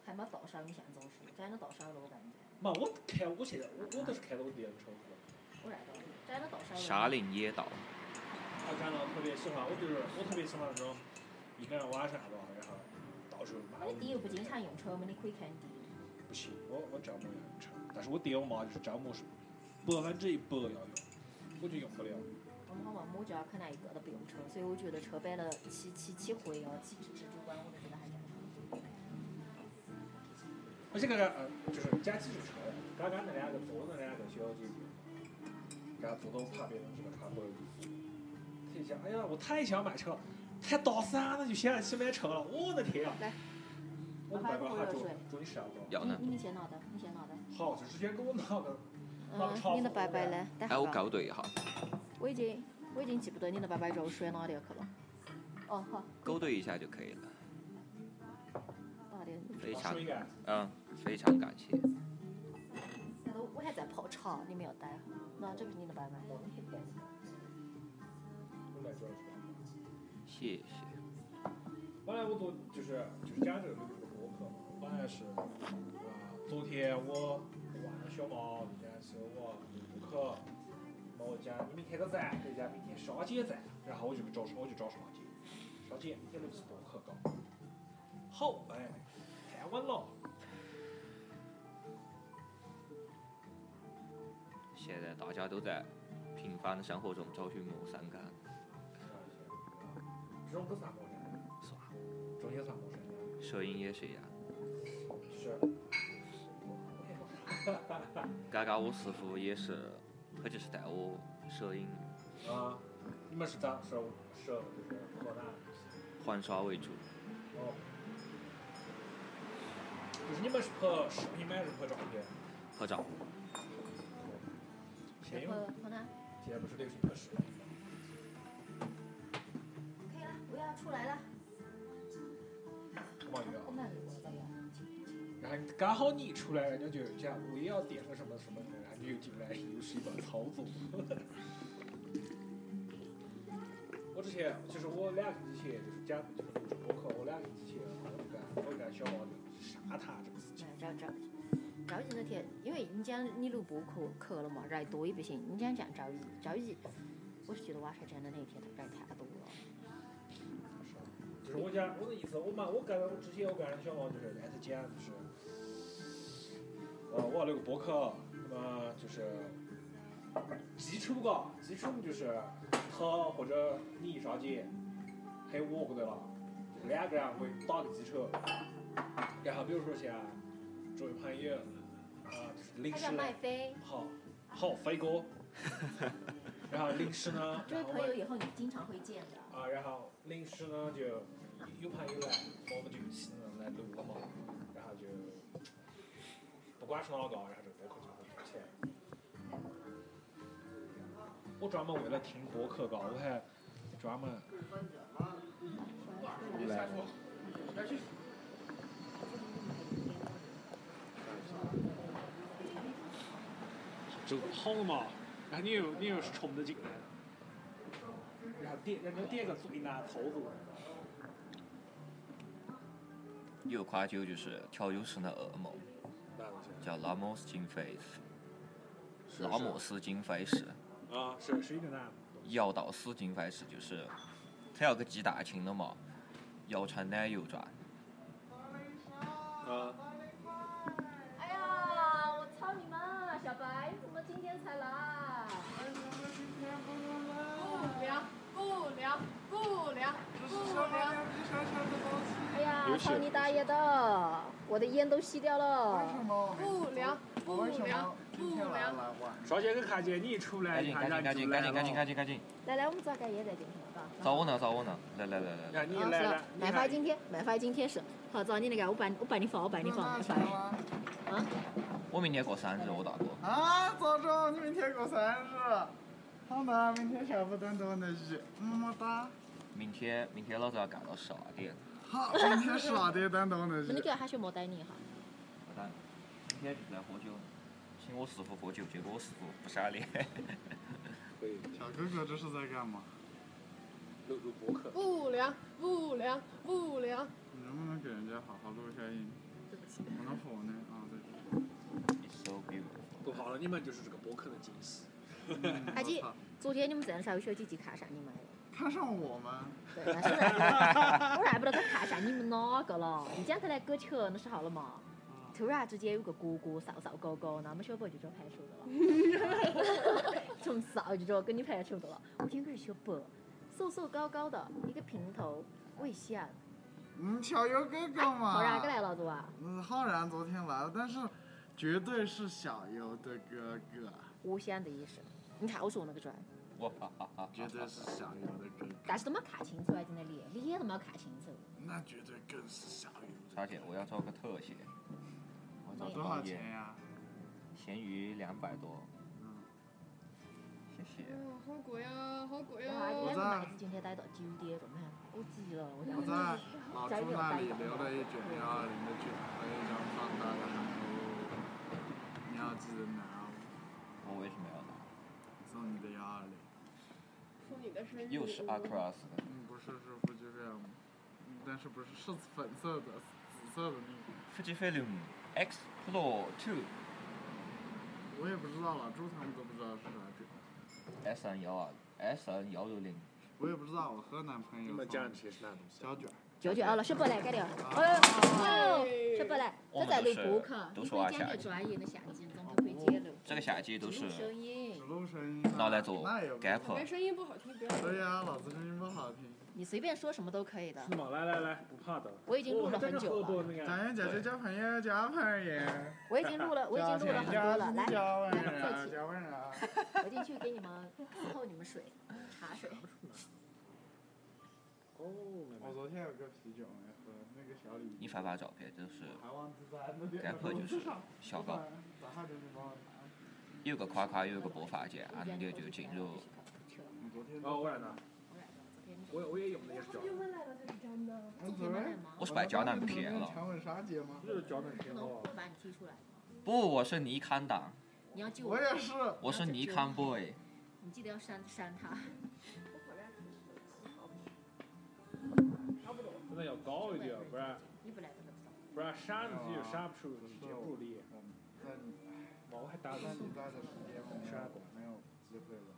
还没到上，你想走是？真的到上了，我感觉。
妈，我开我现在我我都是开到我别人车库了。
我认得，真的到上了。
沙林野道，
我看到特别喜欢，我就是我特别喜欢那种一个人晚上吧，然后到处买。
那你弟又不经常用车嘛，你可以看弟。
不行，我我真没用车，但是我爹我妈就是真没是百分之一百要用，我就用不了。
我妈妈母家可能一个都不用车，所以我觉得车摆了七七七回哦，七只蜘蛛关，我都觉得还正常。
而且刚刚呃，就是捡起这车来，刚刚那两个坐的那两个小姐姐，然后坐到我旁边的这个穿过的衣服，她就讲，哎呀，我太想买车，才大三了就想起买车了，我的天啊！
来，
我的爸爸还住住你身上
要呢。
你你先拿的，你先拿的。
好，就直接给我拿个。那个
嗯，你的拜拜嘞？待会
哎，我
儿吧。
校对一下，
我已经我已经记不得你的拜拜肉摔哪里去了。哦好，
校对一下就可以了。
哪里？
非
啊
常
说，一个
嗯，非常感谢。
那都我还在泡茶，你没有带。那这个是你的拜拜。
我来这儿
谢谢。
本来我昨就是就是就是家长录这个博客，当然是啊。昨天我玩了小猫，然后我补课，然后我讲你明天个赞，人家明天上姐赞，然后我就去找我就找上姐，上姐你录期博客搞，好哎，太稳了。
现在大家都在平凡的生活中找寻谋生感，
这种是啥模式？
是吧？
中间啥模式？
摄影也是一样。
是。
刚刚我师傅也是，他就是带我摄影
啊，你们是咋是是就是河南？
婚纱为主，
哦，就是你们是拍视频吗？还是拍照片？
拍照。
现在
河河南，
现在不是流行拍视频吗？
可以了，我要出来了，
干嘛用
我买给我的哎呀。
然后刚好哦你一出来，人家就这样，我也要点个什么什么，然后你又进来，又是一段操作。我之前就是我两个之前就是讲就是录制播客，我两个之前我就干我干小毛就杀他这个事情
来，找找。赵毅那天，因为你讲你录播课课了嘛，人多也不行。你讲讲赵毅，赵毅，我是觉得娃说真的那一天他人太多了。
是吧就是我讲我的意思，我嘛我干我之前我干小毛就是让他讲就是，呃我要录个播客，那么就是基础嘎，基础就是他或者你上去，还有我过得了，就是两个人会打个基础。然后比如说像作为朋友，啊、就是临
他
时
叫麦飞，
好，好飞 哥，然后临时呢，
作
然后
为朋友以后你经常会见的。
啊，然后临时呢就有朋友来，我们就一起呢来录了嘛，然后就不管是哪个，然后这播客就会火起来。我专门为了听播客嘎，我还专门
来，
就好了嘛，然后你又你又是冲着进来的，然后点人家点个最难操作，
有款酒就是调酒师的噩梦，
难了就
叫拉莫斯金菲斯，
是
拉莫斯金菲斯，
啊，是是一个难。
摇到死金菲斯就是，它要个记大清的嘛，摇成奶油转，
啊，
哎呀，我操你妈！小白，你怎么今天才
哎
来？不聊，不聊，不聊，不聊。
哎呀
有，血
操你大爷的！我的烟都吸掉了。
不聊，不聊，不聊。
少杰哥看见你一出来，
赶紧
一
赶
看
紧赶紧赶紧赶
紧，
紧赶紧赶紧，
来来，我们找个烟再进去，嘎。
找我呢找我呢，来来来来来，
让你
啊，
来
是
了
啊，，买发今天，买发今天是，好，找你那个，我把我把你放，我把你放，买发。
我明天过生日我大哥，
啊，早知道你明天过生日，好的，明天小不等着我那去，嗯么么哒。
明天明天老子要干到十二点，
好，明天耍的等着我那
那你
去。
叫他去没带你哈？
我等明天就是来喝酒，请我师傅喝酒，结果我师傅不赏脸，
小哥哥这是在干嘛？
录录播客。
不聊，不聊，不聊。
你能不能给人家好好录一下音？
对不起。
我能吼呢啊，对。
It's so beautiful。
不好了，你们就是这个播客的惊喜。
嗯
阿基
我操
昨天你们正上有小姐姐看上你们了。
看上我吗？
对，但是呢我认不得他看上你们哪个了。你讲他来搞球那时候了嘛，
啊，
突然之间有个哥哥少少哥哥，那我们小白就找排球的 了，从少就找跟你排球的了。我听个是小白，瘦瘦高高的，一个平头，我一想，
嗯，小游哥哥嘛。
好然个来了对吧？
嗯，浩然昨天来了，但是绝对是小游的哥哥，
我想的也是，你看我说那个砖，
哇哈哈哈！
绝对是小游的哥 哥，
但是都没看清楚啊，真的脸脸都没看清楚。
那绝对更是小游。
小姐，我要找个特写。我找
多少钱嗯呀、
咸鱼两百多。谢谢。
哦，好贵
啊
呀，好贵
然后
呀！
今天妹子今天待到九点钟嘛，我急了，我想
我在老朱那里留了一卷幺二零的卷和一张放大的海鸥，你要记得拿哦，
我为什么要拿？
送你的幺二零。
说你的声音。
又是 Across 的。
嗯，不是师傅就这样吗？嗯但是不是是粉色的，紫色的那个。
Fujifilm X Pro Two
我也不知道，老朱他们都不知道是啥酒，
S N 幺二 S N 幺六零，
我也不知道。我和男朋
你
友
们
放
讲
的
这些是哪东西？
小卷儿，
九九二了，是不来改的。哦，是不来，这在录播客，你会讲点专业的相机，总不会接了。
这个夏季都是
录声音
只，录声音
拿
啊
来做
那也不
改
行
谱
我，们声音不好听，不要紧。
对呀，老子声音不好听。
你随便说什么都可以的
是。吗？来来来，不怕的。
我已经录
我
了
还真
很
是
久
喝多
了，
那个。
咱姐姐交朋友，交朋友，
我已经录了，我已经录了很多了。来，
交
来
朋友
客
啊，
气
交朋友啊。
我进去给你们伺候你们水，茶水。
哦，没
我
没
昨天有个啤酒没喝，那个小李，
你翻翻照片，就是
还忘记在那边
该喝就是小高，
打号就是帮我拿。
又个夸夸，又个博法姐，啊，你这就进入
你嗯昨天
哦，我也拿，
我
我我也有那个
他
胶
不，就问来了就是真的。
无所谓。
我是把胶囊撇
我昨天
了
长吻沙姐吗？
就是胶囊
不
片
能
哦
不。把你踢出来，
不，我是尼康党，
你要救
我也是，
我是尼康 boy，
你记得要删删他。
真的要高一点，不然
你不来都不知道。
不然删自己删不出你接不力。
嗯在你
毛还打
在
不
你
出。
在的时间我没有没有机会了，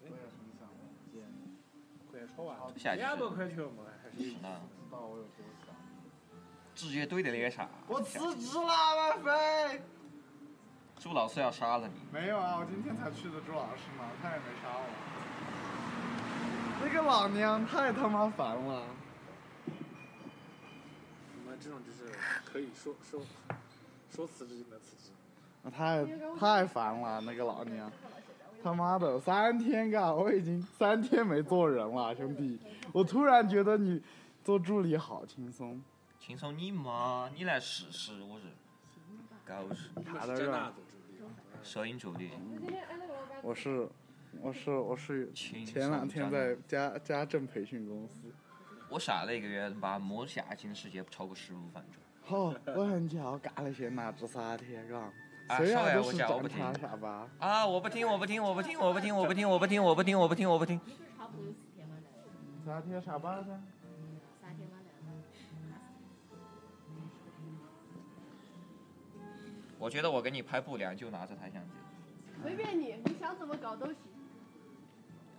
我也很想见你，
快说完。
这下
你还
就是
不快去吗？还是
是呢，
知道我有多想。
直接对的那个啥，
我辞职啦，万飞！
朱老师要杀了你，
没有啊，我今天才去的朱老师嘛，他也没杀我。那个老娘太他妈烦了，
我们这种就是可以说说说辞职就能辞职。
我太太烦了，那个老娘。他妈的，三天干，我已经三天没做人了，兄弟。我突然觉得你做助理好轻松，
轻松你妈，你来试试，我是高是
查得
这
热
那。组织力，
摄影助理，
就今天哎，那个老板
我是，我是，我是
轻松
前两天
张
在家家政培训公司。
我傻了一个月，把魔侠进世界不超过十五分钟。
好，哦我很巧干了些那只三天干，
啊
虽
稍
然
微
都
我
是
讲我
长
不
长
听
傻吧。
啊！我不听，我不听，我不听，我不听，我不听，我不听，我不听，我不听，我不听。
一个差不多有四天吧，来
三天傻吧噻。
三天吧，来
我觉得我给你拍不良，就拿这台相机，
随便你，你想怎么搞都行。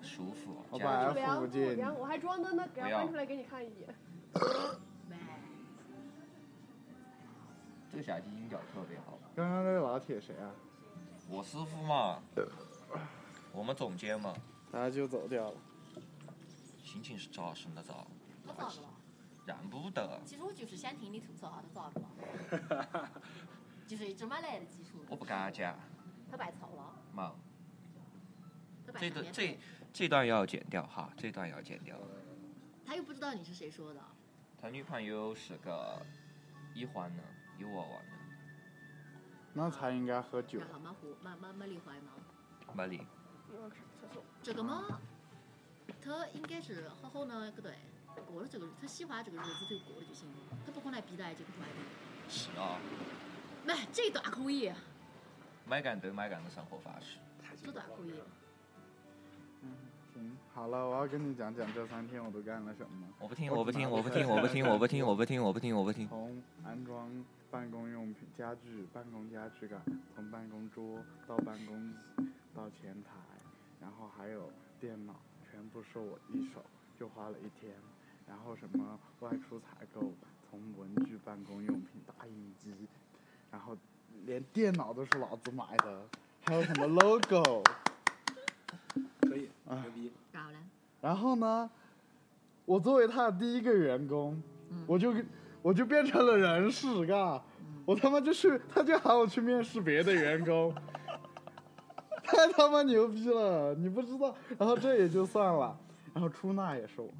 舒服。
我
家
把
不良
F 五
不
借你，
良，我还装的呢，
不
给他
要
翻出来给你看一眼。
哎
这个相机音角特别好。
刚刚那个老铁谁啊？
我师傅嘛，
呃
我们总监嘛，
他就走掉了。
心情是早生的早，
我咋的了？
然不得。
其实我就是想听你吐槽他的咋的了， 就是这么来的技术。
我不敢讲，
他白操了，
妈，
他白
这
上
段
面
这这段要剪掉哈，这段要剪掉。
他又不知道你是谁说的，
他女朋友是个一环呢，有我玩呢，
那才应该喝酒
然。后蛮火蛮蛮蛮厉害嘛。
没理。
我上嗯厕所。
这个
啊
嘛，他应该是好好呢，个对，过了这个他喜欢这个日子就过了就行了，他不可能逼他这个坏的。
是啊，
没，这段可以，
麦感对麦感的生活方式。
这段可以。
嗯行，好了，我要跟你讲讲这三天我都干了什么。
我不听，
我
我
不
不
听
听，我不听，我不听，我不听，我不听，我不听，我不听。
从安装办公用品、家具、办公家具杆，从办公桌到办公椅到前台，然后还有电脑，全部是我一手，就花了一天。然后什么外出采购，从文具、办公用品、打印机，然后连电脑都是老子买的，还有什么 logo。
可以，
啊
牛逼。
然后呢？
然后呢，我作为他的第一个员工，
嗯
我就我就变成了人事嘎，我他妈就去，他就喊我去面试别的员工， 太他妈牛逼了，你不知道。然后这也就算了，然后出纳也是我，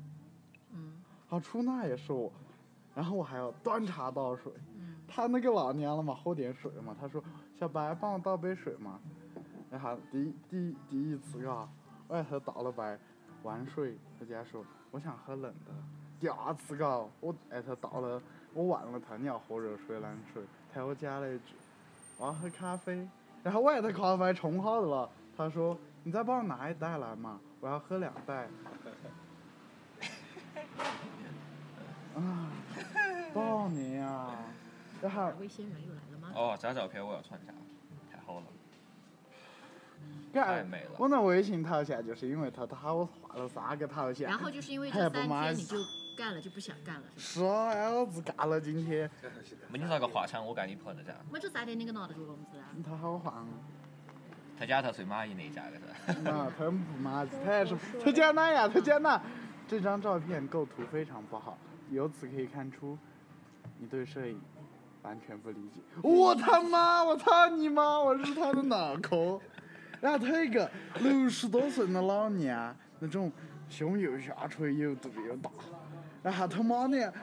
嗯
啊，出纳也是我，然后我还要端茶倒水。
嗯，
他那个老娘了嘛，喝点水嘛，他说小白帮我倒杯水嘛，然后第一第一第一次啊，外头倒了杯，完睡回家说我想喝冷的，第二次啊，我哎他倒了，我晚了他你要喝热水冷水，他又加了一句我要喝咖啡，然后外头咖啡冲好的了，他说你再帮我拿一袋来嘛，我要喝两袋，啊。 啊然后
微信人又来了吗？
哦，假照片我要穿啥？太好了，太
干，
美了。
我那微信头像就是因为他他我画了三个头像
然，后就是因为
哎
这
呀
三
不嘛
天你就干了，就不想干了，是吧？
是啊，老子干了今天，
没你那个画像，我赶紧拍了张。
我这三天你给拿得住工资啊？
他好烦。
他家头最满意那一家个是？
那啊他们不嘛，他也是他江南呀，他江南。这张照片构图非常不好，由此可以看出，你对摄影完全不理解。我他妈，我操你妈！我是他的脑壳。然后他一个六十多岁的老娘，那种胸又下垂又肚又大，然后他妈的，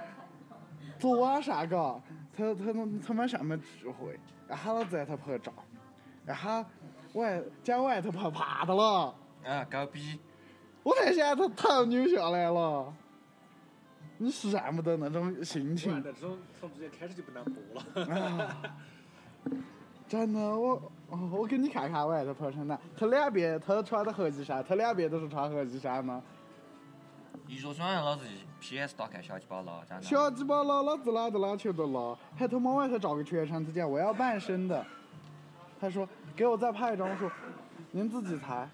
昨晚上嘎，他他他妈上面聚会，然后老子让他拍照，然后我还叫我还他拍怕的了。
啊，狗逼！
我才想他头扭下来了，你羡慕的那种心
不然
情
那这种从直接开始就不能播了。
啊！真的，我哦我给你看看我爱他拍成哪，他两边他穿的合集衫，他两边都是穿合集衫呢。
一说双人，老子 PS 打开小鸡巴了，真的。
小鸡巴拉老子拉的拉球都拉，还他妈晚上找个全场他讲我要半身的，他说给我再拍一张，我说您自己裁，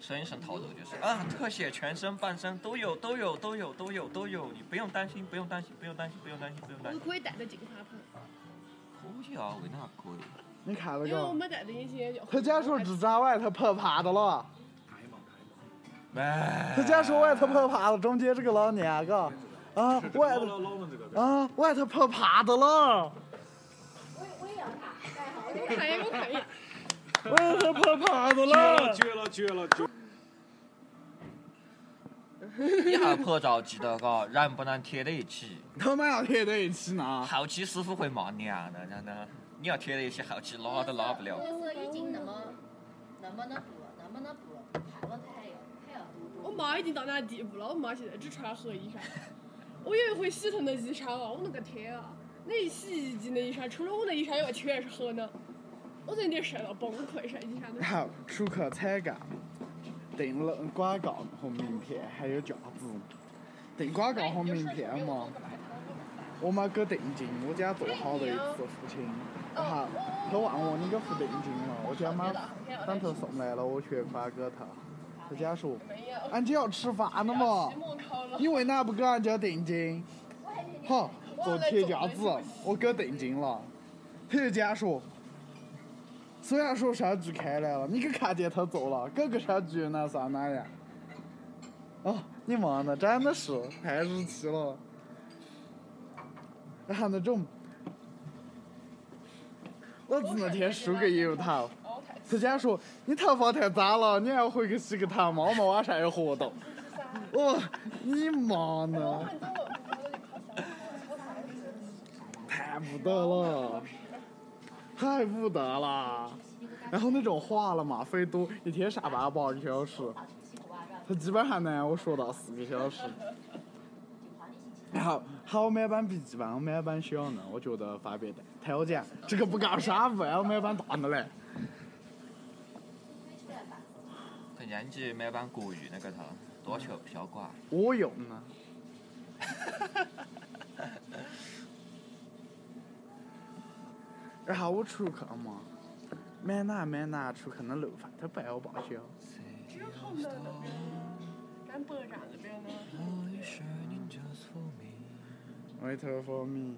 深深套路就是啊，特写全身半身都有，都有，都有，都有，都有，你不用担心，不用担心，不用担心，不用担心，不用担
我
心。
可以带着镜花盆，
可以啊，为啥不可以？
你看了
因为我
个？
没带着隐形眼镜。
哎他家说只张外头拍怕的了，
哎
他家说外头拍怕了，中间这个老娘个啊外头。
老老们这个，
啊，外头跑趴的了，
我看一眼，我看一眼。
外头跑趴的
绝了
了。
绝了绝了绝了！
你还拍照记得嘎，人不能贴在一起，
他妈要贴在一起呢，
后期师傅会骂你啊的，真的。你要贴在一起，后期拉都拉不了。
我是已经那么那么那不那么那不拍了，他还要还要多
我妈已经到那地步了，我妈现在只穿黑衣裳。我有一回洗她的衣裳啊，我那个天啊，那一洗衣机那衣裳，除了我那衣裳以外，全是黑的。我真的晒到崩溃，晒衣裳都。
然后出去采购，订了广告和名片，还有架子。订广告和名片嘛，我妈给定金，我家做好了一次付清。然后他问我你给付定金了，我讲妈，
哎
等他送来了我全款给他。他家说，
没有。
俺姐要吃饭了嘛
期。末考了。
你为哪不给俺交定金？ 好，做铁架子，我给定金了。他就讲说，虽然说山局开来了，你可看见他走了，各个山局那算哪呀？哦，你妈呢？真的是太日期了。然后那种，老子那天梳个油头，
哦，我看
他讲说你头发太脏了，你要回去洗个头嘛，我们晚上有活动。哦，你妈呢？太不得了，太不得了。然后那种话了嘛，最多一天下班八个小时，他基本上呢，我说到四个小时。然后好买版比一般买版小呢，我觉得分别大。他我讲这个不干啥不要买版大的嘞。
他年纪买版国语那个头，多少飘挂。
我有 呢。然后我出去嘛，买哪买哪，出去那路费他不要报销。
只好那那边，咱北站那边呢。
Wait for me，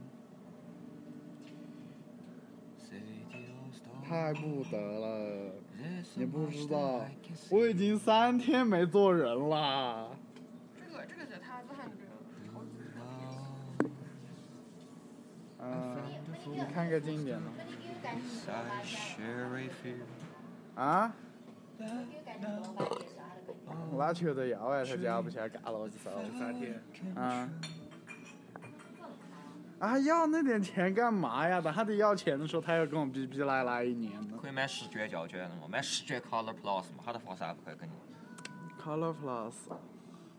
太不得了，你不知道，我已经三天没做人啦。
这个这个在塔子汉那边。
嗯，你看个经典的
三十微分
啊，
久。
哪缺德要哎，他家不想干了，我就走了。
三天，
啊。啊，要那点钱干嘛呀？等他得要钱的时候，他要跟我逼逼赖赖一年呢。
可以买视觉胶卷了嘛？买视觉 Color Plus 嘛？他的发啥不可以给你？
Color Plus，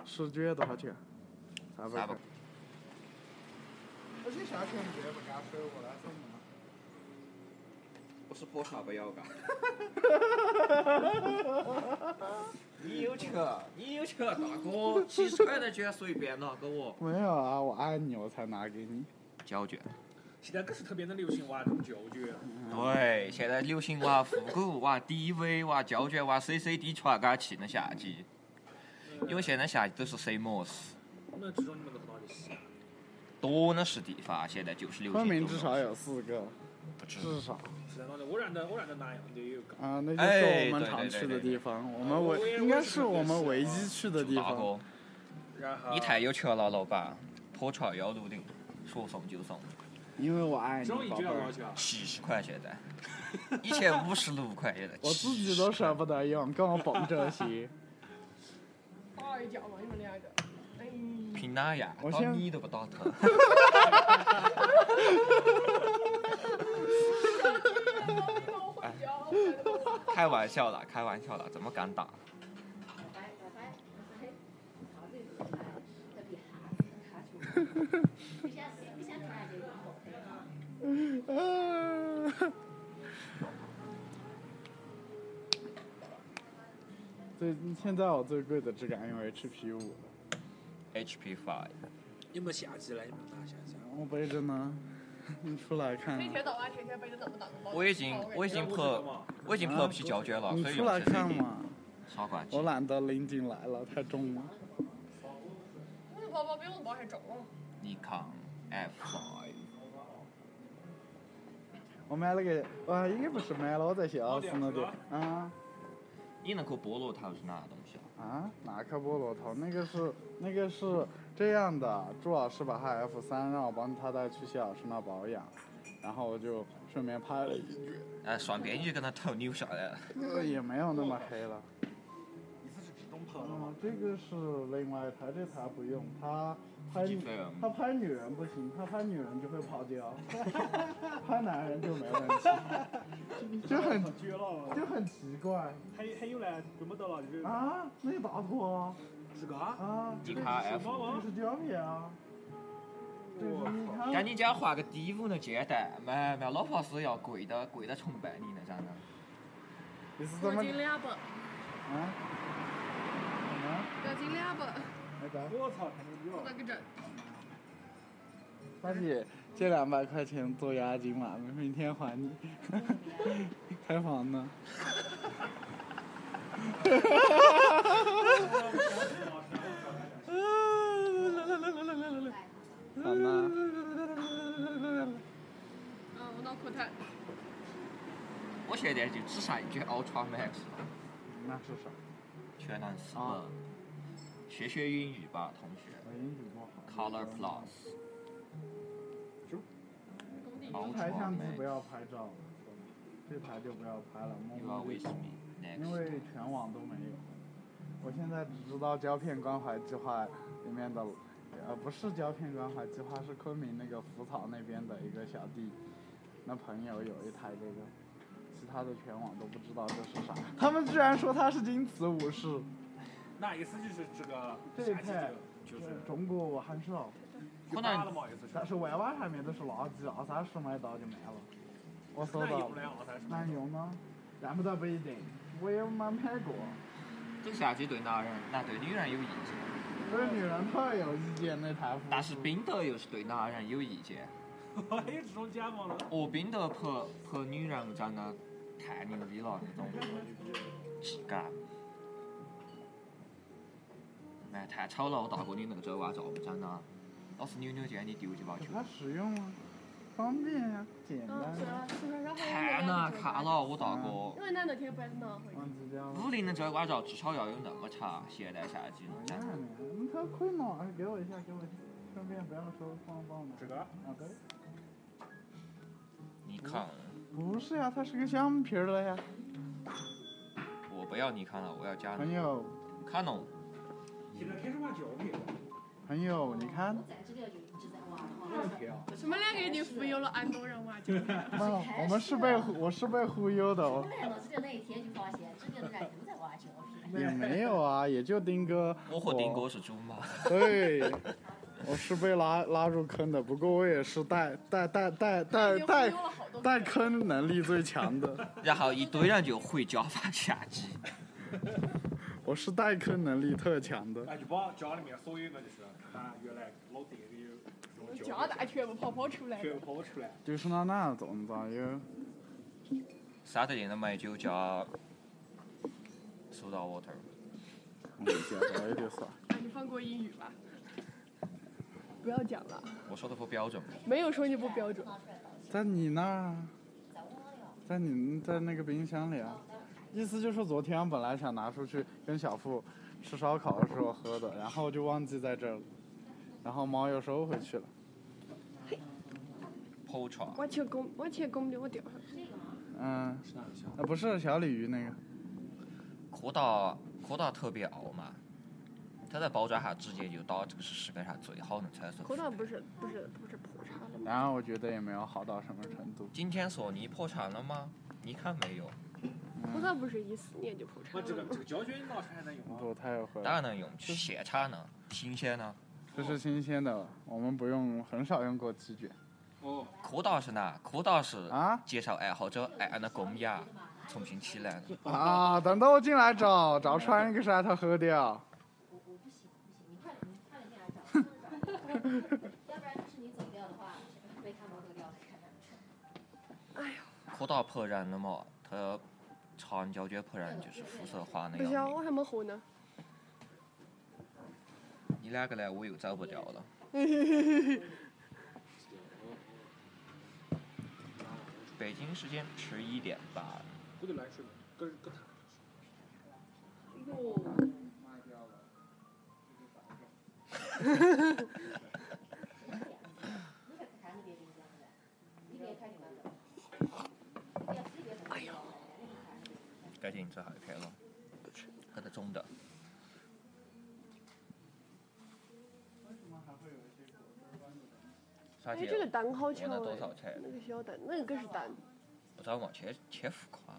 视觉多少钱？三
三百。
而且夏天不也不敢收我来送的吗？
我是破啥不要噶？你有车，你有车，大哥，几十块的卷随便拿给我。
没有啊，我爱你，我才拿给你。
胶卷，
现在可是特别的流行哇，这种旧剧，
对，现在流行哇复古哇 DV 哇胶卷哇 CCD 全给它进了夏季，因为现在夏季都是 CMOS，
呃那这种你们都不到的戏。
多的是地方，现在就是流行。
昆明至少有四个，
不止。
至少
是的，我认得我认得南阳的有一个，
啊，那就是
哎
我们
对
常
对对
去
对对哦
的地方，我们
我
唯
也
应该
我也
是
是
我们
这么
唯
想
一去的地
大
方。
哥，
然后
你太有钱了，老板，破桥幺六零，说送就送，
因为我爱
这
你，
种一
宝
句
贝
要多少
儿。
钱啊？
七十块现在，以前五十六块现在。
我自己都舍不得用，跟我蹦这些。
打一架嘛，你们两个。哎，
凭哪样？
我
打
先
你都不打他。
回家了，回家了。
开玩笑啦，开玩笑啦，怎么敢打？
最现在我最贵的质感用 HP 五了，
HP Five，
有没有下集嘞？有没有打下集啊？
我背着呢，你出来看、
每
啊
天。到晚天天背着那么大个包。
我已经我已经
我知道
破，
嘛
我已经破不起胶卷了，
你
所以
出
用
来
CCD
看嘛，
啥关系
我？懒得拎进来了，太重了。
我的包包比我的包还重。
尼康 F Five，
我买了个，我应该不是买了，我在小是那
哦
点啊
你那颗菠萝头是哪个东西啊？
啊，哪颗菠萝头？那个是那个是这样的，朱老师把他 F 三让我帮他带去谢老师那保养，然后我就顺便拍了一句，
哎，顺便你就跟他头扭下来了。
呃也没有那么黑了。
意思是这种朋友嘛
嗯，这个是另外一台，这台不用，它拍
几分啊
它拍女人不行，它拍女人就会跑掉， 拍男人就没问题，就很
绝了
就很奇怪
还有还有嘞，怎么到了？就是
啊，那个大坨
是个啊？
啊，
你
这
看
个
F，
吗？
是胶片啊，这是
哇
你看
但你家画个 D 五的接待，买买老婆是要贵的，贵的崇拜你那张的。
你是怎么
两百，
啊？什么？
要进两百，
那个
我操，太牛逼
我
了！
那个证。
大姐，这两百块钱做押金完了，明天还你。开房呢？好呢，
嗯，我脑壳疼。
我现在就只剩一卷 Ultra Max 了，
那是啥？
全能死
啊
了。学学英语吧，同学。
我英语不好。
Color Plus
工地
Ultra
这台相机不
Max，
要拍照了，这台就不要拍了，摸
You are
摸就
with
行
me
因
next。
为全网都没有。我现在只知道胶片关怀计划里面的，呃，不是胶片关怀计划，是昆明那个浮草那边的一个小弟，那朋友有一台这个，其他的全网都不知道这是啥。他们居然说它是京瓷武士，
那意思就是这个
这一
下集
派
就就是
中国武汉手，
就打了嘛，意思是
但。是外网上面都是垃圾，二三十买到就没了。我搜
那
到
用不，了二三十。
那 用呢？认不得不一定，我也没买过。
这个相机对男人，那对女人有意见，
对女人特有意见那台服
但是冰豆又是对男人有意见。
还有这种假冒呢？
哦，冰豆拍拍女人真的太牛逼了，那种质感。哎，太丑了，我大哥你那个周围照不真的，老是扭扭肩，你丢几把球
它。实用啊，方便啊，简单
嗯，是
啊，
啊，是啊，然后
太难看。了，我大哥。
因为那那天不是拿回去。
忘记掉了。
五零的遮光罩至少要有那么长，现代相机
哎
真
呀
的。
你可亏呢，给我一下，给我一下，顺便不要说放放的。
这个
啊对，
尼康，
不是呀，它是个橡皮儿的呀。
我不要尼康了，我要佳
朋
能。
友，
卡农，
现在开始玩胶片，
朋友，你
啊
看，
我的天啊！
什么两个已经忽悠了安多人哇！就是
哇我们是被忽我是被忽悠的哦，也没有啊，也就丁哥，
我和丁哥是猪嘛。
对，我是被拉拉入坑的，不过我也是带带带带带
已经忽
带
悠了好多
带
个。
坑能力最强的。
然后一堆人就回家发相机。
我是带坑能力特强的，
啊哎，就把家里面所有的就是看原来老爹的有
加大全部跑跑出来
全部跑出来，
就是那那种，你知道有
沙特点的麦酒加 soda water，
没见过有点啥，
啊，你放过英语吧，不要讲了，
我说的不标准吗？
没有说你不标准。
在你那儿啊，在你在那个冰箱里啊。意思就是昨天本来想拿出去跟小付吃烧烤的时候喝的，然后就忘记在这儿了，然后猫又收回去了。
泡茶，
往前拱，往前拱的我掉下去。
嗯，
是哪个小？
啊不是小鲤鱼那个，
扩大扩大特别熬嘛，它在包装上直接就到这个是世界上最好的菜色。
口罩不是不是不是破茶的吗？
然后我觉得也没有好到什么程度。
今天索尼破产了吗？你看没有？
口
嗯，
罩不是一四年就破
我
产
这
了
个
吗
这？个胶卷拿出来还能用吗？
不嗯太会。
当然能用，现产呢， 新鲜呢。
这是新鲜的，我们不用，很少用过鸡卷
哦，
扩大是哪？扩大是
啊
介绍爱好者爱俺的工艺啊，重新起来的。
啊！等到我进来找找穿一个啥，他喝掉。
要不然就是你走掉的话，被看到都掉
扩大破燃了嘛，它长胶卷破燃就是肤色花那
不啊行，
样。
我还没喝呢。
你两个来，我又找不着了。北京时间十一点半，
不得乱说，跟跟他。
赶紧这还开了，给它中的。啥
哎，
姐
这？个蛋好
我那
巧
多
哎
少，钱？
那个小蛋，那个是蛋。
我找往前前付款。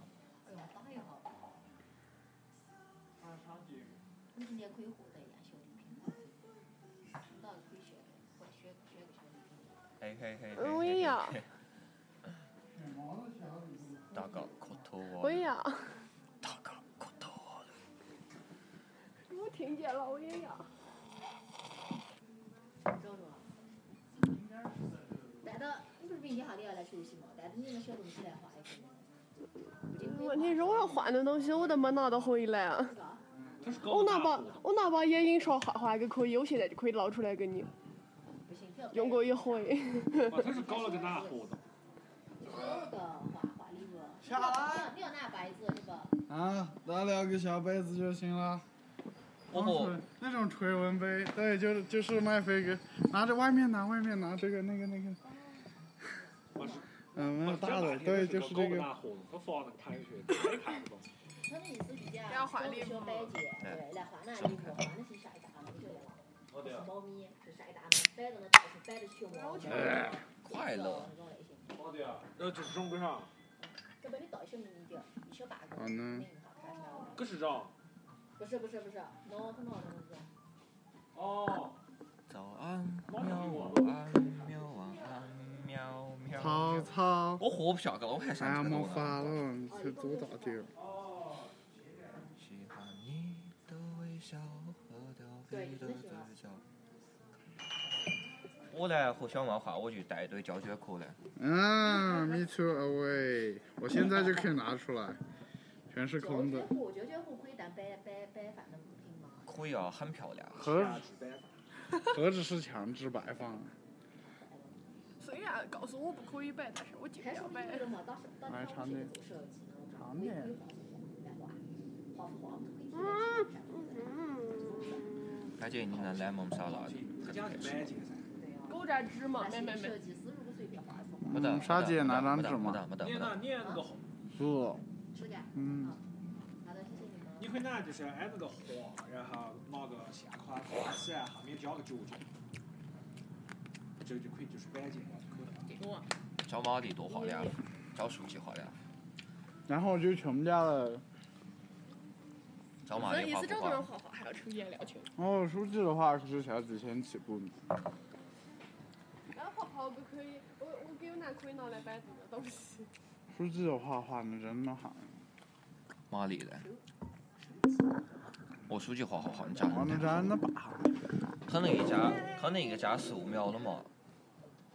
嘿嘿嘿嘿。
我也要
嘿嘿大哥，可头我。
我也要，
大哥，可头我。
我听见了，我也要。
哎
难道你不是比你好的要来休息吗？难道你们小东西来花一分吗？
问题是我要换的东西，我都没拿到回来啊。
他是
我
搞
拿
大
把
货的，
我拿把眼印刷画画个可以，我现在就可以捞出来给你。
不行，这要
用过一回，
哇他是搞了个大货的。
这个画画礼物，
下来
不要拿白纸是吧？
啊，拿两个小杯子就行了。
哦吼，
那种垂纹杯，对，就是就是麦飞哥拿着外面拿外面拿这个那个那个，
我是
嗯，
我
那个大的，对，就是这个。
大货的，他放那个盘旋，他也看不懂。
他们意思是这样，
要还礼物
小白姐，对，来还那礼物，还的是啥一大嘛？对吧？
哦
是
啊，
猫咪，是啥一大嘛？摆着呢，到处摆着熊猫，
快乐。
那种类型。
哦对啊，然后就是中国上，
这边你到小秘密的，一小八个，
好呢，
好看是吧？
可是这。
不是不是不是，脑子脑子那种。
哦，
早安，喵，晚安，喵，晚安，喵喵。
曹操，
我活不下去了，我还
哎
想
呀，
吃
没
肉呢。
法了，你去做到底了。
喜欢你的微笑和调皮的嘴角。我来和小漫画，我就带一堆胶卷壳来。
啊，me too away，我现在就可以拿出来，全是空的。
我觉得可以当摆摆摆饭的物品嘛。
可以啊，很漂亮。
何
价值摆法
何止是强制摆放，
虽然告诉我不可以摆，但是我就
还是
要
我
摆
为。了嘛，当时当时我是做设计，
长点。
啊
嗯，
感觉你能来蒙莎了，
这
这
家
就
是
开
买
始。
进噻。
狗榨汁嘛，没没没
啊设。计师如果随便画一幅画，
没得
嗯，沙姐拿张纸
没
嘛。
得没得
你
没
那，
得。
你那个红，
不，
是的，
嗯，
好的，谢谢你们。
你可以拿就是按那个黄，然后拿个线框挂起来，下面加个角角，这个就可以就是摆进了，可以了。
哎
找马里多好呀，找书记好呀，
然后我就全部加了。
找马里画不画？
画画还要出颜料去。
哦，书记的话可是小几千起步呢。
然后画画不可以，我我给我男可以拿来摆这个东西。
书记的话画的真的好，
马里的。我书记画好好，你讲。
画的真的棒。
可能一家，可能一个加十五秒了嘛，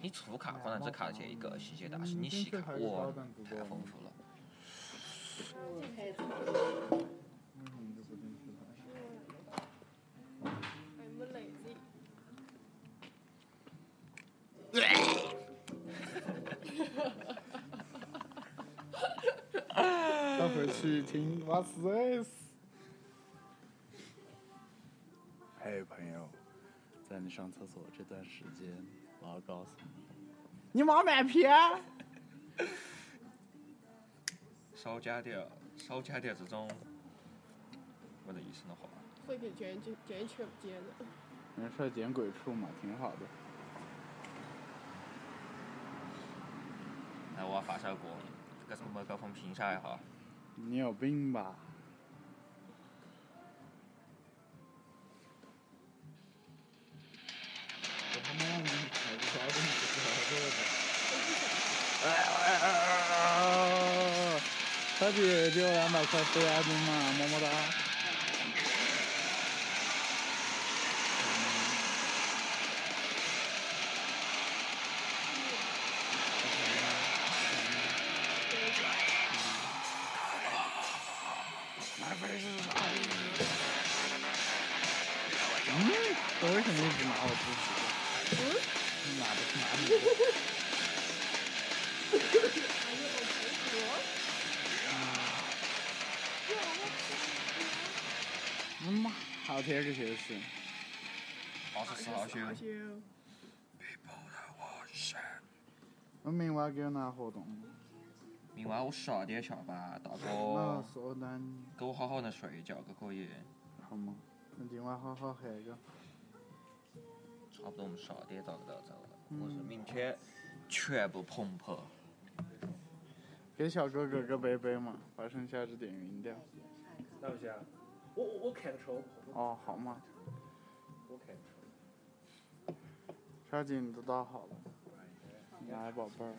你储卡矿难这卡只有一个世界大师，你洗卡哇太丰富了。
I'm lazy。
待会儿去听 What's This。嘿，朋友，在你上厕所这段时间，我要告诉你，你妈买皮。
稍加点，稍加点这种我的医生的话，
会给卷卷卷卷不接的。
没事儿，捡鬼畜嘛，挺好的。
来哎我要发烧锅，这个什么高峰评下也好，
你有病吧？我他妈你买不着的，你不是来这个？哎哎哎哎！他只就两百块飞爱宾嘛，么么哒。嗯，我为什么一直拿我自己的？嗯，拿的是拿你的。嗯妈，好贴个学生。
老是死老兄。
兄。
我明晚给我拿活动。
明晚我十二点下班，大
那
哥，
说的你
给我好好的睡一觉，可可以？
好吗？那今晚好好喝一个。
差不多我们十二点到就到走了，我是明天全部碰破。
给小哥哥个杯杯嘛，把剩下这点匀掉。
那不行，啊我我我开的车，我
哦，好嘛，
我开的车，
小姐你都倒好了，来宝贝儿。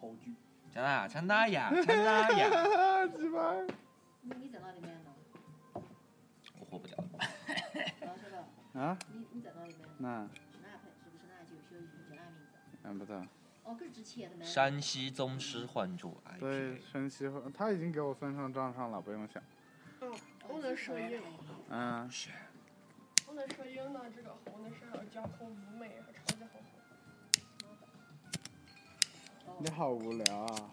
好酒。
真的，真的呀，真的呀，
啊，鸡巴！
你你在哪里买呢？
我活不了了。
老师傅，
啊，
你你在哪里买？
那
是哪盆？是不是哪就小鱼？叫哪名字？
嗯不对，
哦，搿是之前的买。哦
山西宗师哎幻主
对，
IPA，
生气后他已经给我分上账上了，不用想。
嗯，我能适应，
嗯，
是
我能适应到这个红的色儿，加口五美和超级好喝。
哦
你好无聊啊。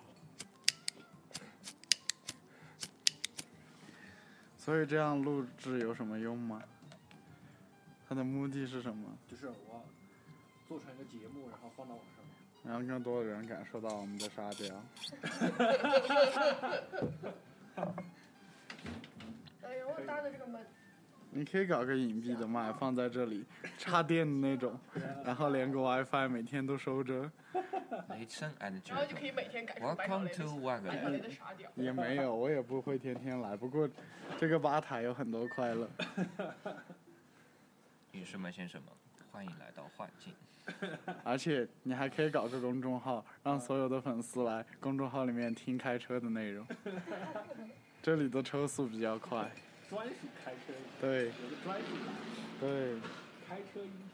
所以这样录制有什么用吗？它的目的是什么？
就是我做成一个节目，然后放到网上。
让更多的人感受到我们的沙雕。
哎呀，我搭的这个门，
你可以搞个隐蔽的麦放在这里，插电的那种，然后连个 WiFi，每天都收着。
Nathan and
然后就可以每天感受白小
Joe，Welcome
雷
to
的
One
白小雷
Valley。
的傻屌。
也没有，我也不会天天来。不过，这个吧台有很多快乐。
女士们、先生们，欢迎来到幻境。
而且你还可以搞个公众号，让所有的粉丝来公众号里面听开车的内容。这里的车速比较快。
专属开车，
对
有个专属的
对，
开车音频。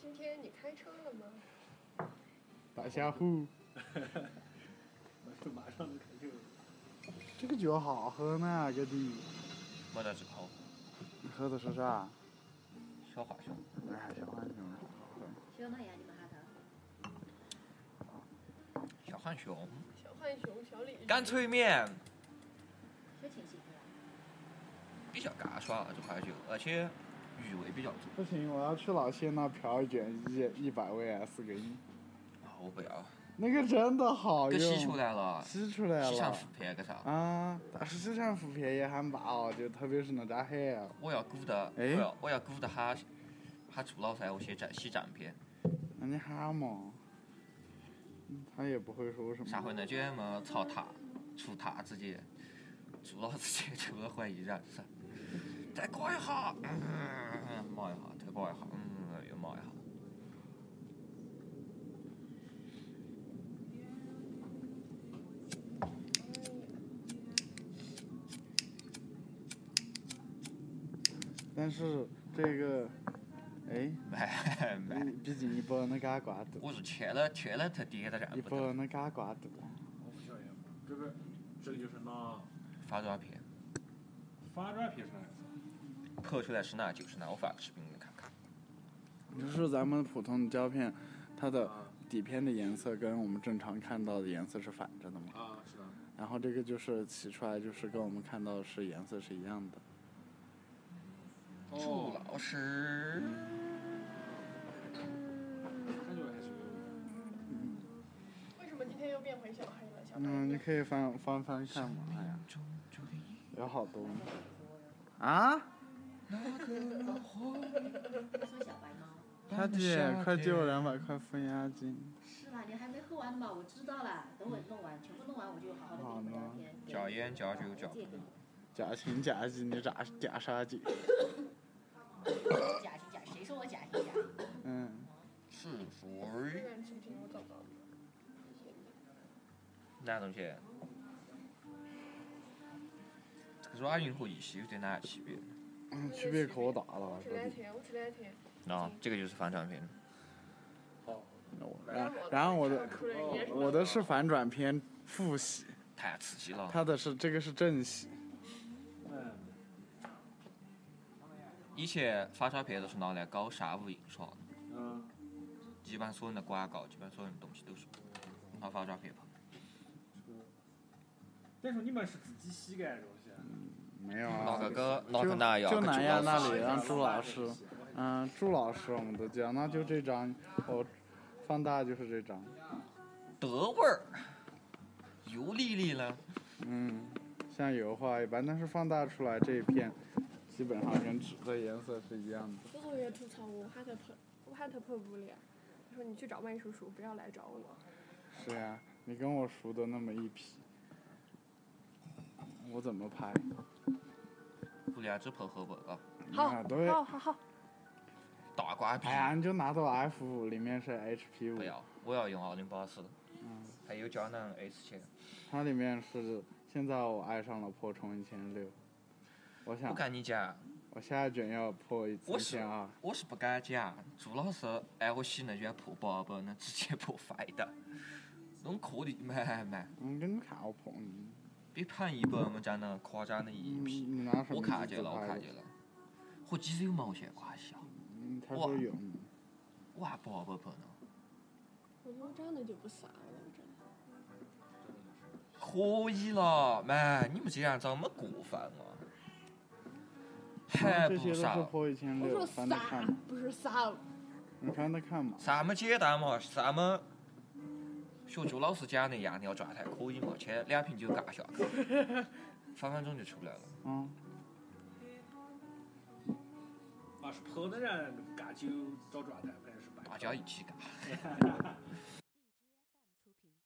今天你开车了吗？
打下呼。
马上就开始。
这个酒好喝呢，哥弟。
没得之口，
你喝的是啥？
小浣熊。
哎，小浣熊。
小哪呀？啊你们哈头？
小浣熊，
小浣熊，小李。
干脆面
小清新的。
比较嘎爽啊，这款酒，而且余味比较足。
不行，我要去老谢那嫖一卷一一百 VS 给你。
啊，我不要，
那个真的
哎
好
给
用。
吸出来了，
吸出来
吸上
了
薯。片个啥？
啊，但是这项腐皮也很饱，我觉得特别是哪吒黑啊。
我要顾得，我
哎
要我要顾得哈哈朱老噻，我写展写展片，
那你哈嘛，嗯他也不会说什么。
下回呢就那么操他，除他自己，朱老自己除了怀疑染噻。再过一下，嗯，摸一下，再过一下，嗯，又摸一下。
但是这个，哎，
买
哎，
买，
你毕竟一包能干瓜多，
我是缺了缺了他爹的
一
人，不
包
得
能干瓜多。
我不晓得，这个这个就是拿
发照片，
反转皮出来的。
拍出来是哪就是哪，我发个视频给你看看。
就是咱们普通的胶片，它的
啊
底片的颜色跟我们正常看到的颜色是反着的嘛。
啊，是的。
然后这个就是洗出来，就是跟我们看到的是颜色是一样的。
祝
哦，
老师，
感觉还是有
为什么今天又变回小黑了？小
嗯，你
白，
可以翻翻翻看嘛，哎呀，有好多呢。啊？
说小白吗？
他姐，快借我两百块付押金。
是吧？你还没喝完嘛？我知道了，等我弄完，全部弄完，我就好好的给你们聊天。
嚼烟嚼酒嚼不
借给
动
你，
假情假义，你咋假啥姐？
假情假，谁说我假情假？
嗯，
是
这
谁？
个视频我找到了。
哪东西？这个软硬和一洗有点哪区别？
嗯区别可大了，
这
这
两
里。
天，我这两天，
喏，啊这个就是反转片。
然哎然后我的哦
出来也是
我的是反转片复洗，
太刺激了！
他的是这个是正洗。
嗯，
以前发照片都是拿来搞商务印刷的，
嗯，
基本所有的广告，基本所有的东西都是拿发照片拍。
但是你们是自己洗干的东西啊。
没有
哪
啊
个，哥，哪个那要
就
个
南亚
老
那
师
里啊让朱老师
我还洗
嗯，朱老师我们都叫，那就这张，我放大就是这张。
德味儿，油腻腻了。
嗯，像油画一般，但是放大出来这一片，基本上跟纸的颜色是一样的。
我同学吐槽我，我怕他碰，我怕他碰不了。他说你去找麦叔叔，不要来找我。
是呀、啊你跟我熟的那么一批，我怎么拍？
不聊只拍河北了，
啊、对，
好好好，
大瓜皮
哎。呀，你就拿到 F 五，里面是 HP
不
五，
要，我要用奥林巴斯的，
嗯，
还有胶囊 S 七。
它里面是现在我爱上了破冲一千六，我
不
想
跟你讲，
我下一卷要破一
我
一千二，
我是不敢讲。朱老师，哎，我洗那卷破包包，能直接破坏的，弄可的，买买，
嗯，跟你看我破你，
比胖一百，我们讲的夸张的一
你
批。
你拿什么
我看见
机子
了，我
拍
看
的
见了，和肌肉毛线关系啊？
嗯，他
哇
说有呢，
我还包包包呢，
我说这样的就不傻了，真的。
可以了，妈，你们这样怎么过分啊？还
这些
不
都
傻
是，破一千
我
六，
说
翻着
傻
看，，
不是傻，
你翻着看嘛。
啥么简单嘛，啥么。学朱老师讲的一样，你要状态可以嘛，切两瓶酒干 下去，分分钟就出来了。
嗯，
啊，是碰的人干酒找状态，肯定是白
大家一起干。